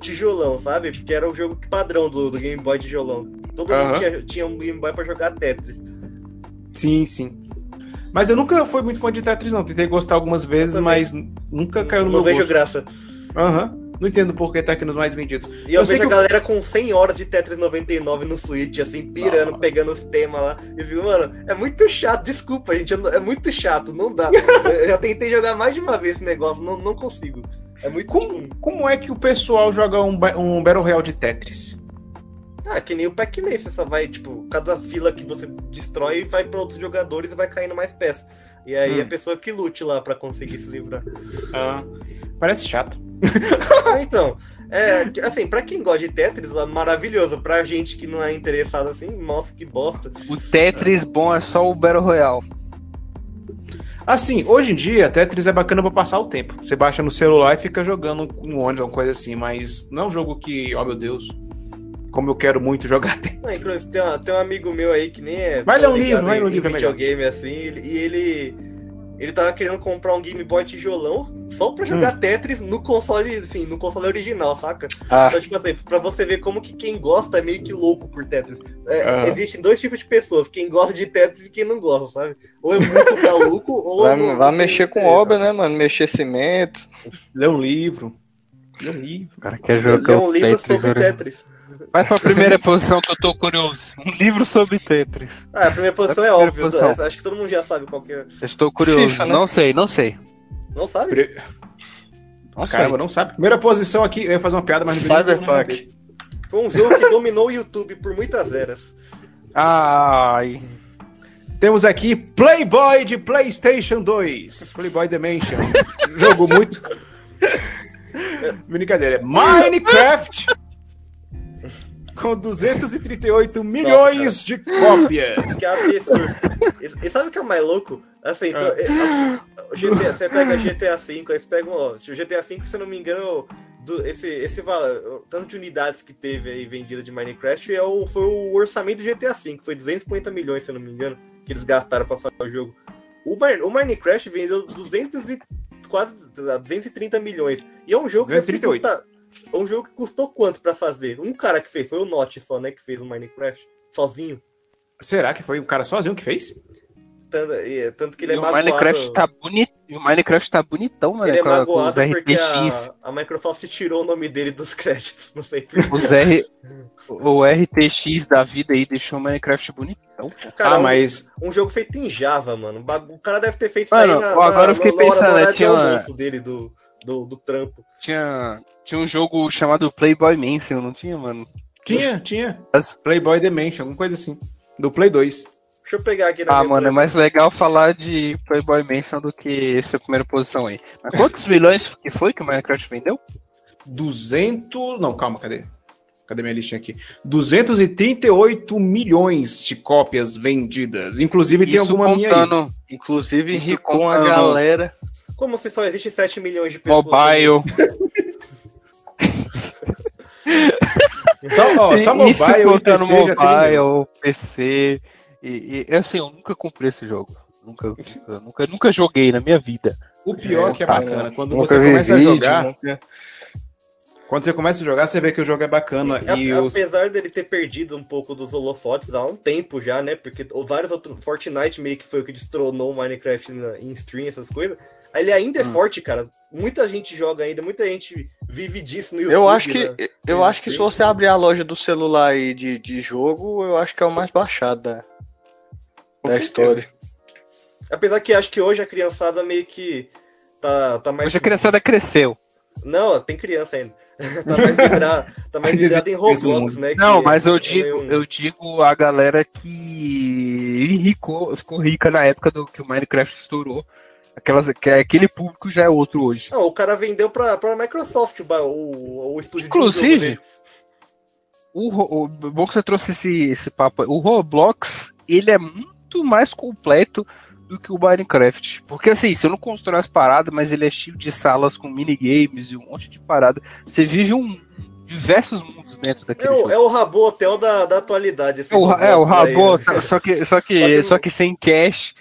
D: tijolão, sabe? Porque era o jogo padrão do, do Game Boy tijolão. Todo
B: Aham.
D: mundo tinha, tinha um Game Boy pra jogar Tetris.
B: um. Sim, sim. Mas eu nunca fui muito fã de Tetris, não. Tentei gostar algumas vezes,
D: também.
B: mas n- nunca caiu no
D: não
B: meu
D: vejo
B: gosto.
D: graça.
B: Aham. Não entendo por que tá aqui nos mais vendidos.
D: E eu,
B: Eu sei
D: vejo a
B: que o-
D: galera com 100 horas de Tetris 99 no Switch, assim, pirando,
B: Nossa.
D: pegando os temas lá. E viu, mano, é muito chato, desculpa, gente, eu não- é muito chato, não dá. eu já tentei jogar mais de uma vez esse negócio, não, não consigo. É muito
B: Como, como é que o pessoal joga um, ba- um Battle Royale de Tetris?
D: Ah, que nem o Pac-Man, você só vai, tipo, cada fila que você destrói vai pra outros jogadores e vai caindo mais peças. E aí
B: Hum.
D: a pessoa que lute lá pra conseguir se livrar.
B: Ah, parece chato.
D: Ah, então, é, assim, pra quem gosta de Tetris, é maravilhoso. Pra gente que não é interessado assim, nossa, que bosta.
E: O Tetris bom é só o Battle Royale.
B: Assim, hoje em dia, Tetris é bacana pra passar o tempo. Você baixa no celular e fica jogando no ônibus, alguma coisa assim, mas não é um jogo que, oh meu Deus, como eu quero muito jogar Tetris.
D: Ah, inclusive, tem, uma- tem um amigo meu aí que nem é.
B: Vai ler um
D: ligado
B: livro, vai
D: em-
B: ler um
D: em
B: livro, é melhor.
D: videogame assim, ele- e ele. Ele tava querendo comprar um Game Boy tijolão só pra
B: Hum.
D: jogar Tetris no console, assim, no console original, saca?
C: Ah,
D: Então, tipo assim, pra você ver como que quem gosta é meio que louco por Tetris. É,
B: Aham.
D: Existem dois tipos de pessoas, quem gosta de Tetris e quem não gosta, sabe? Ou é muito maluco, ou é
C: vai,
D: não-
C: vai
D: não
C: mexer com
D: interessa.
C: obra, né, mano? Mexer cimento.
B: Lê um livro. Lê um livro.
E: O cara quer
D: Lê
E: jogar
D: um
E: o
D: livro
E: Tetris.
D: sobre
E: olha.
D: Tetris.
E: Vai pra primeira posição que eu tô curioso. Um livro sobre Tetris.
D: Ah, a primeira posição é
E: primeira
D: óbvio.
E: posição.
D: Acho que todo mundo já sabe qual que é.
E: Eu Estou curioso.
C: FIFA, né?
E: Não sei, não sei.
D: Não sabe?
B: Pre-
E: Não sei.
B: Caramba, não sabe. Primeira posição aqui, eu ia fazer uma piada, mas não veio na minha
C: Cyberpunk.
B: cabeça.
D: Foi um jogo que dominou o YouTube por muitas eras.
E: Ai.
B: Temos aqui Playboy de PlayStation 2. Playboy Dimension. Jogo muito. Brincadeira. é Minecraft. Com 238 milhões de cópias.
D: Que é absurdo. E, e sabe o que é o mais louco? Assim, então, é, a- o GTA, você pega GTA V, aí você pega um, ó, o GTA V, se eu não me engano, do- esse, esse val- o tanto de unidades que teve aí vendida de Minecraft é o, foi o orçamento do GTA V, foi 250 milhões, se eu não me engano, que eles gastaram pra fazer o jogo. O, Mar- o Minecraft vendeu 200 e, quase ah, 230 milhões. E é um jogo que
B: 238.
D: deve custar- é um jogo que custou quanto pra fazer? Um cara que fez, foi o Notch só, né, que fez o Minecraft sozinho.
B: Será que foi um cara sozinho que fez?
D: Tanto, e- tanto que ele
E: E
D: é
E: o
D: magoado.
E: Minecraft tá bonito. E o Minecraft tá bonitão, mano.
D: Ele é
E: com, a- com os
D: magoado porque
E: RTX.
D: a, a Microsoft tirou o nome dele dos créditos. Não sei por
E: Os R... O RTX da vida aí deixou o Minecraft bonitão. pô.
D: Cara,
B: ah,
D: um-
B: mas.
D: um, jogo feito em Java, mano. O bagu- O cara deve ter feito
E: Mano,
D: isso aí na,
E: agora
D: na-
E: eu fiquei
D: na hora-
E: pensando,
D: na hora
E: né,
D: de
E: tinha uma-
D: almoço dele do, do, do trampo.
E: Tinha, tinha um jogo chamado Playboy Mansion, não tinha, mano?
B: Tinha, tinha.
E: Mas-
B: Playboy Dimension, alguma coisa assim. Do Play 2.
D: Deixa eu pegar aqui na
E: Ah,
D: minha
E: mano, é
D: coisa.
E: mais legal falar de Playboy Mansion do que essa primeira posição aí. Mas quantos milhões que foi que o Minecraft vendeu?
B: 200. Não, calma, cadê? Cadê minha listinha aqui? 238 milhões de cópias vendidas. Inclusive, tem
E: Isso
B: alguma minha aí.
E: contando,
C: Inclusive,
E: Isso
C: enricou a
E: contando.
C: galera.
D: Como se só existe 7 milhões de pessoas.
E: Mobile.
B: Só, Então, ó, só
E: Isso
B: mobile, o
E: conta no
B: PC já tem
E: mobile, PC. E, e, assim, eu nunca comprei esse jogo. Nunca, nunca, nunca, nunca joguei na minha vida.
B: O pior que é
E: Tá,
B: bacana, quando
C: Nunca
B: você
C: vi
B: começa
C: vídeo,
B: a jogar,
C: nunca-
B: quando você começa a jogar, você vê que o jogo é bacana
D: A-
B: e os
D: Apesar dele ter perdido um pouco dos holofotes há um tempo já, né? Porque o- vários outros. Fortnite meio que foi o que destronou o Minecraft na- em stream, essas coisas. Ele ainda
E: Hum.
D: é forte, cara. Muita gente joga ainda, muita gente vive disso no YouTube.
C: Eu acho que,
D: né?
C: eu acho que se você abrir a loja do celular aí de, de jogo, eu acho que é o mais baixado da,
B: Com
C: da
B: certeza.
C: história.
D: Apesar que acho que hoje a criançada meio que tá, tá mais.
E: Hoje a criançada cresceu.
D: Não, tem criança ainda. tá mais vidrada, tá mais
B: Ainda
D: vidrada em
B: existe
D: Roblox, né?
E: um Não,
D: que
E: mas
D: é
E: eu digo,
D: meio-
E: eu digo a galera que enricou, ficou rica na época do que o Minecraft estourou. Aquelas, que aquele público já é outro hoje.
D: Não, o cara vendeu pra, pra Microsoft o, ba- o, o estúdio de um
E: Inclusive,
D: jogo dele.
E: O, Ro- o bom que você trouxe esse, esse papo. aí. O Roblox, ele é muito mais completo do que o Minecraft. Porque assim, você não constrói as paradas, mas ele é cheio de salas com minigames e um monte de parada. Você vive um diversos mundos dentro
D: É
E: daquele
D: o,
E: jogo.
D: é o Rabotel da, da atualidade. esse
E: É o, ra- é, o
D: Roblox aí,
E: rabo,
D: né?
E: tá, só que só
D: Só que
E: que
D: não-
E: só que sem cash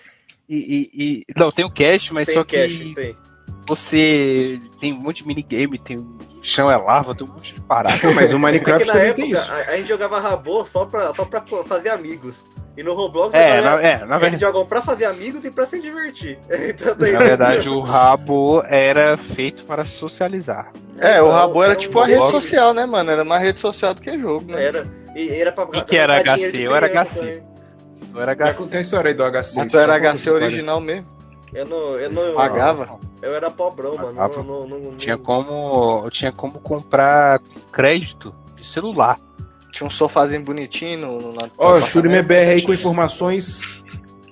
E: e, e- e- não tem o cash, mas
D: Tem
E: só
D: cash,
E: que
D: tem.
E: você tem um monte de minigame, tem um chão é lava, tem um monte de parada.
B: Pô, mas o
D: É que
B: Minecraft
D: na
B: também tem
D: época
B: isso.
D: a, a gente jogava Rabô só pra, só pra fazer amigos. E no Roblox a
E: É,
D: galera-
E: na, é, na verdade.
D: eles jogam pra fazer amigos e pra se divertir. Então, tem-
E: Na verdade, o rabo era feito para socializar.
C: É, o
D: Então,
C: Rabo era
D: um
C: tipo a rede
D: Roblox.
C: social, né, mano? Era mais rede social do que jogo, né?
D: Era. E era pra.
E: que era
D: pra dinheiro
E: HC?
D: de
E: Eu era
D: criança
E: HC.
D: também.
E: Não era
B: Já
E: HC.
B: contei a história aí do HC.
C: Mas
B: só conta
C: era
B: essa
C: HC
B: história.
C: original mesmo.
D: Eu não. Eu, não,
C: Pagava?
D: eu era pobrão, mano.
E: Pagava.
D: Não, não, não, não-
E: Tinha como, tinha como comprar crédito de celular.
C: Tinha um sofazinho bonitinho no, no, na-
B: Ó,
C: no
B: oh,
E: né?
B: Shurime BR aí com informações.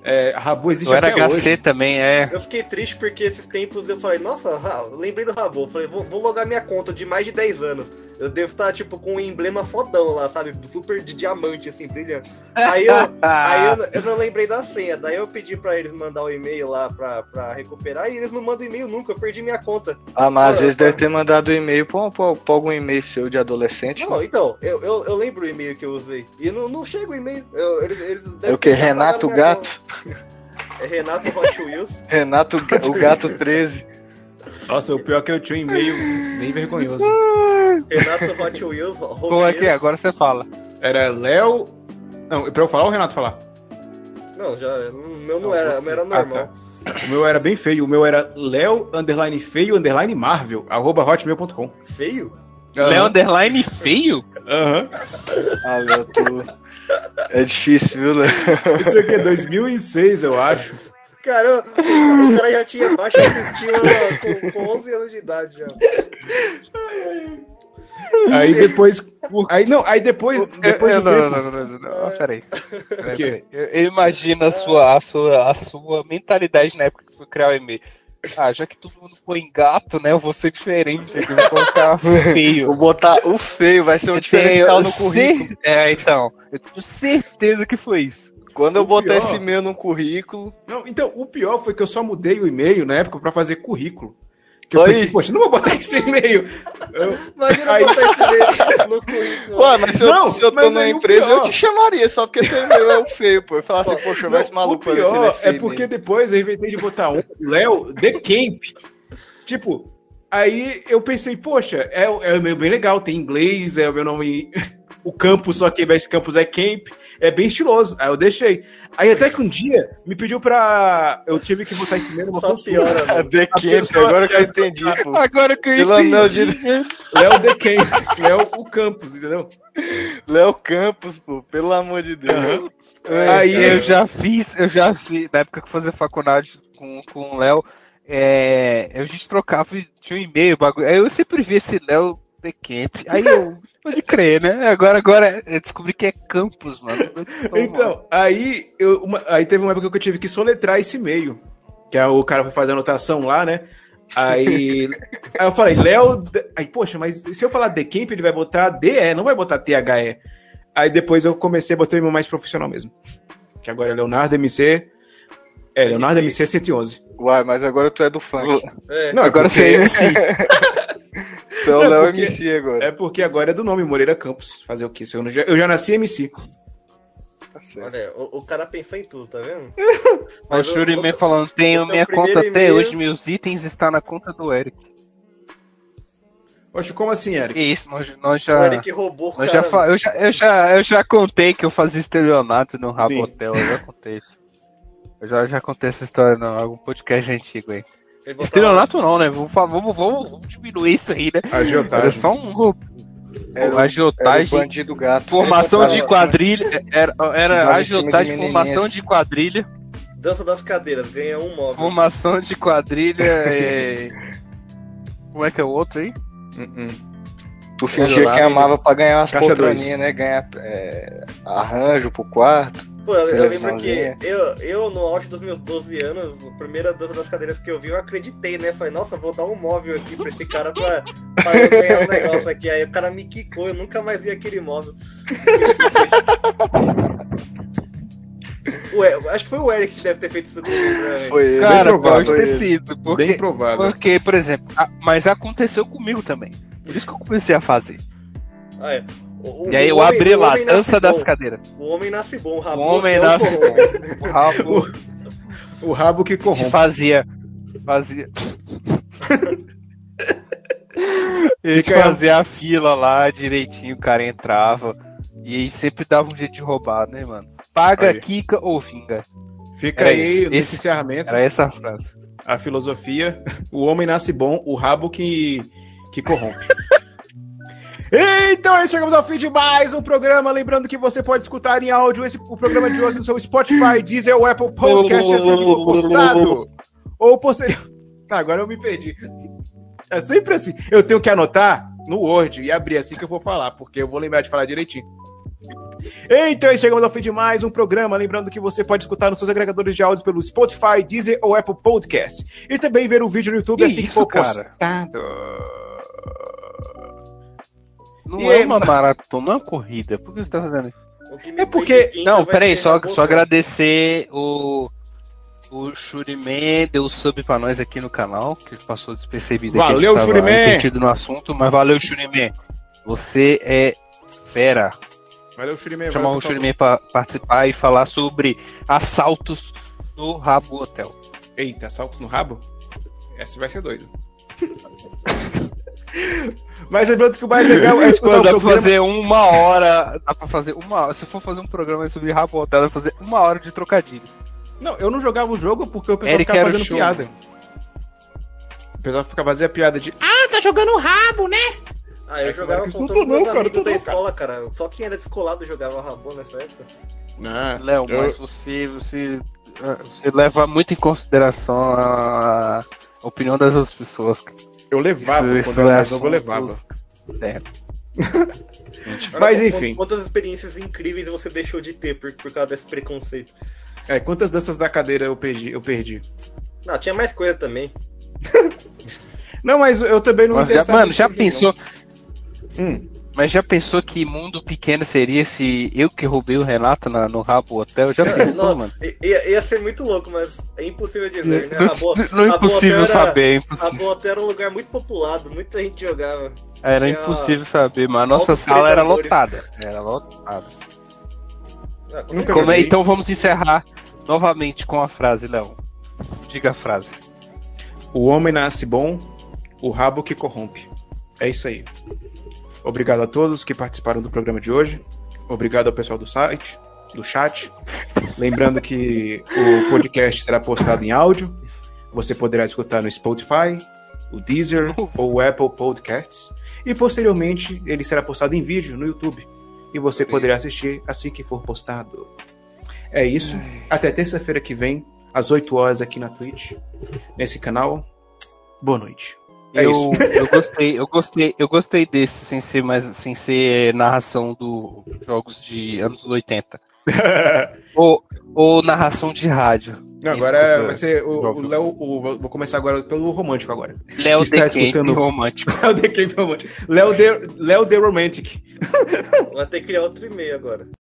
B: É, Rabu existe
E: Não era
B: até
E: HC
B: hoje.
E: também, é.
D: Eu fiquei triste porque esses tempos eu falei, nossa, Ra- lembrei do Rabo. Falei, vou, vou logar minha conta de mais de 10 anos. Eu devo estar, tipo, com um emblema fodão lá, sabe? Super de diamante, assim, brilhante. Aí eu, aí eu, eu não lembrei da senha. Daí eu pedi pra eles mandar o e-mail lá pra, pra recuperar e eles não mandam e-mail nunca. Eu perdi minha conta.
C: Ah, mas às
D: Pô,
C: vezes
D: tá.
C: deve ter mandado e-mail pra, pra- pra algum e-mail seu de adolescente. né?
D: Não, então, eu, eu, eu lembro o e-mail que eu usei. E não, não chega o e-mail. Eu- eles- eles
C: É
D: devem
C: o que?
D: ter apagado
C: Renato
D: minha conta.
C: Gato?
D: É Renato Hot Wheels.
C: Renato Ga- o Gato 13.
B: Nossa, o pior é que eu tinha um e-mail bem vergonhoso.
D: Renato Hot Wheels.
E: Como é
D: roqueiro.
E: que é? Agora você fala.
B: Era Léo. Não, pra eu falar ou o Renato falar?
D: Não, já. O meu não,
B: Não,
D: era,
B: você.
D: o meu era
B: Ah,
D: normal.
B: tá. O meu era bem feio. O meu era Léo underline feio underline Marvel, arroba hotmail.com.
D: Feio?
E: Léo Underline feio?
B: Aham.
C: Ah, meu, tu. É difícil, viu, Léo?
B: Isso aqui é 2006, eu acho.
D: Cara, o cara já tinha baixa autoestima com, com 11 anos de idade já.
B: Aí depois. Aí não, aí depois. Depois
E: eu,
B: do
E: É, não,
B: tempo.
E: não, não, não, não, não,
C: É.
E: não, peraí. Peraí,
B: O quê?
E: peraí. Eu, eu imagino a sua, a, sua, a sua mentalidade na época que foi criar o e-mail. Ah, já que todo mundo põe gato, né? Eu vou ser diferente. Eu vou colocar um feio. É
C: Vou botar o feio, vai ser um
E: Eu
C: diferencial
E: tenho
C: no currículo.
E: cer- É, então. Eu tenho certeza que foi isso.
C: Quando eu
B: O
C: botar
B: pior-
C: esse meu no currículo.
B: Não, então, o pior foi que eu só mudei o e-mail na época pra fazer currículo. Que eu
C: Aí.
B: pensei, poxa, não vou botar esse e-mail. Eu-
D: Imagina
B: Aí-
D: botar esse dedo no currículo.
C: Ué, mas se eu,
B: Não,
C: se eu tô
B: mas
C: na
B: aí o
C: empresa,
B: pior-
C: eu te chamaria, só porque teu e-mail é o feio, pô. Eu falar assim, poxa,
B: Não,
C: vai esse maluco
B: o
C: pra ver se ele
B: pior é
C: feio
B: porque
C: mesmo.
B: depois eu inventei de botar um Léo The Camp. Tipo, aí eu pensei, poxa, é, é o meu bem legal, tem inglês, é o meu nome. O campus, só que ao invés de campus é camp, é bem estiloso. Aí eu deixei. Aí até que um dia me pediu pra. Eu tive que botar esse mesmo uma
D: Só
B: consulta.
D: piora,
C: Ah,
D: mano.
C: The Camp,
B: pessoa-
C: agora que eu entendi, pô.
E: Agora que eu
C: Pelo amor de
B: Léo The Camp, Léo o campus, entendeu?
C: Léo Campos, pô, pelo amor de Deus.
E: É,
B: Aí
E: Eu já fiz, eu já fiz, na época que eu fazia faculdade com, com o Léo, é, a gente trocava, e tinha um e-mail, bagulho. Aí eu sempre vi esse Léo The Camp. Aí eu, pode crer, né? Agora, agora eu descobri que é campus, mano. Então, mano,
B: Então, aí, eu, uma- aí teve uma época que eu tive que soletrar esse e-mail. Que aí o cara foi fazer anotação lá, né? Aí, aí eu falei, Léo. D- Aí, poxa, mas se eu falar The Camp, ele vai botar DE, não vai botar THE. Aí depois eu comecei a botar o e-mail mais profissional mesmo. Que agora é Leonardo MC É, Leonardo MC 111.
C: Uai, mas agora tu é do funk.
D: É,
B: Não,
E: Agora você é MC.
C: Tu é o
B: É
C: Léo
B: porque-
C: MC agora.
B: É porque agora é do nome Moreira Campos. Fazer o quê? Se Eu, não- eu já nasci MC.
C: Tá certo.
D: olha, o, o cara pensa em tudo, tá vendo?
E: O
D: Mas eu-
E: Shuriman falando, tenho
D: o
E: minha
D: Então, primeiro
E: conta até
D: e-mail-
E: hoje, meus itens estão na conta do Eric.
B: Oxe, como assim, Eric?
E: Que isso, nós, nós
D: O
E: já.
D: Eric roubou o
E: Nós
D: cara.
E: Ah, já fa- eu, já, eu, já, eu já contei que eu fazia estelionato no
B: Sim.
E: Rabotel, eu já contei isso. Eu já, já contei essa história em algum podcast antigo aí.
D: Ele botava-
E: Estelionato não, né? Vamos, fa- vamos, vamos, vamos diminuir isso aí, né? Era
B: Agiotagem.
E: só um roubo.
C: Era o- Era o
E: agiotagem,
C: bandido gato.
E: formação de
C: Era-
E: quadrilha. Era,
C: Que dava
E: era
C: em cima de
E: agiotagem,
C: menininhas.
E: formação de quadrilha.
D: Dança das cadeiras, ganha um móvel.
E: Formação de quadrilha é. Como é que é o outro aí?
B: Hum, hum.
C: Tu fingia que amava pra ganhar umas
B: Caixa dois.
C: poltroninhas, né? Ganhar é, arranjo pro quarto.
D: Pô, eu, eu lembro que
C: Televisãozinha.
D: eu, eu, no auge dos meus 12 anos, a primeira dança das cadeiras que eu vi, eu acreditei, né? Falei, nossa, vou dar um móvel aqui pra esse cara pra, pra eu ganhar um negócio aqui. Aí o cara me quicou, eu nunca mais vi aquele móvel. Ué, eu acho que foi o Eric que deve ter feito isso comigo, né? velho?
C: Foi ele.
E: Cara,
B: provável,
E: pode ter
C: ele.
E: sido.
B: Bem
E: Porque,
B: provável.
E: porque por exemplo, a- mas aconteceu comigo também. Por isso que eu comecei a fazer.
D: Ah, é. O- o-
E: E aí
D: o
E: eu
D: homem-
E: abri
D: o
E: lá,
D: homem
E: dança
D: nasce
E: das
D: bom.
E: cadeiras.
D: O homem nasce bom, o
E: O
D: rabo.
E: homem
D: é um
E: nasce
D: bom.
E: bom. O rabo
B: O rabo que
E: te
B: corrompe.
E: fazia. Fazia. Ele
B: Fica aí.
E: fazia a fila lá direitinho, o cara entrava. E aí sempre dava um jeito de roubar, né, mano? Paga,
B: Aí.
E: quica ou finga.
B: Fica
E: Era
B: aí
E: isso.
B: nesse
E: Esse-
B: encerramento.
E: Era essa a frase.
B: a filosofia, o homem nasce bom, o rabo que, que corrompe. Então, aí chegamos ao fim de mais um programa. Lembrando que você pode escutar em áudio esse, o programa de hoje no seu Spotify, Deezer ou Apple Podcast, assim que for postado. Ou posterior. Ah, agora eu me perdi. É sempre assim. Eu tenho que anotar no Word e abrir assim que eu vou falar, porque eu vou lembrar de falar direitinho. Então, aí chegamos ao fim de mais um programa. Lembrando que você pode escutar nos seus agregadores de áudio pelo Spotify, Deezer ou Apple Podcast. E também ver o vídeo no YouTube
E: Que
B: assim que
E: isso,
B: for
E: cara?
B: postado.
E: Não
B: E
E: é
B: aí,
E: uma maratona, não é uma corrida. Por que você tá fazendo isso?
D: O que me
B: É porque-
D: põe de
E: Não,
D: quinta vai
E: peraí,
D: ser
E: só,
D: rabo
E: só
D: bom.
E: agradecer o. O Shuriman deu sub pra nós aqui no canal, que passou despercebido. aqui, a gente
B: Valeu,
E: tava
B: Shuriman!
E: entendido no assunto, mas valeu, Shuriman. Você é fera.
B: É, Valeu, Shurimen.
E: Chamar um o Shuriman pra participar e falar sobre assaltos no Rabo Hotel.
B: Eita, saltos no rabo? Essa vai ser doido. Mas lembrando que o mais legal é escutar o
E: Dá pra
B: programa.
E: fazer uma hora. Dá pra fazer uma hora. Se for fazer um programa sobre Rabo Hotel, dá pra fazer uma hora de trocadilhos.
B: Não, eu não jogava o jogo porque o pessoal
E: Eric
B: ficava
E: era o
B: fazendo
E: show. né?
B: piada. O pessoal ficava fazendo piada de Ah, tá jogando rabo, né?
D: Ah, eu
B: É que
D: jogava
B: Marcos,
D: com
B: não tô
D: todos os meus
B: não, cara,
D: amigos
B: não tô
D: da
B: não, cara.
D: escola, cara. Só quem era descolado jogava rabô nessa época.
B: Não,
E: Léo, mas você, você, ah, você leva muito em consideração a opinião das outras pessoas.
B: eu levava,
E: Isso- isso
B: quando eu era
E: é
B: mais novo, eu
E: assunto-
B: levava.
D: Olha
B: Mas
D: qu-
B: enfim.
D: Quantas experiências incríveis você deixou de ter por, por causa desse preconceito.
B: É, quantas danças da cadeira eu perdi? Eu perdi.
D: Não, tinha mais coisa também.
B: Não, mas eu também não
E: Mas
B: me
E: já-
B: interessava
E: mano,
B: em
E: já
B: jogo, não.
E: pensou,
B: Hum,
E: mas já pensou que mundo pequeno seria se eu que roubei o Renato na- no Rabo Hotel? Já pensou,
D: Não,
E: mano?
D: I- Ia, ia ser muito louco, mas é impossível dizer, né?
E: Não,
D: Rabô,
E: não é
D: Rabo
E: impossível
D: Hotel era-
E: saber, é impossível.
D: Rabô até era um lugar muito populado, muita gente jogava.
E: Era
D: tinha
E: impossível saber, mas a nossa
D: altos
E: sala era
D: predadores.
E: lotada. Era lotada.
B: Nunca
D: Ah, com certeza.
E: Como é-
B: joguei.
E: então vamos encerrar novamente com a frase, Léo. Diga a frase.
B: O homem nasce bom, o rabo que corrompe. É isso aí. Obrigado a todos que participaram do programa de hoje. Obrigado ao pessoal do site, do chat. Lembrando que o podcast será postado em áudio. Você poderá escutar no Spotify, o Deezer ou o Apple Podcasts. E posteriormente ele será postado em vídeo no YouTube. E você poderá assistir assim que for postado. É isso. Até terça-feira que vem, às 8 horas aqui na Twitch, nesse canal. Boa noite. É
E: eu,
B: isso.
E: eu gostei, eu gostei, eu gostei desse sem ser mais sem ser narração do jogos de anos 80. ou, ou narração de rádio.
B: Não, agora
E: Escuta,
B: vai ser o, o
E: Jovem.
B: Léo. o- vou- Vou começar agora pelo romântico agora.
E: Léo
B: Está
E: The
B: escutando-
E: Game romântico.
B: Léo The Game Romantic. Léo The, Léo The Romantic.
D: Vai ter que criar outro e-mail agora.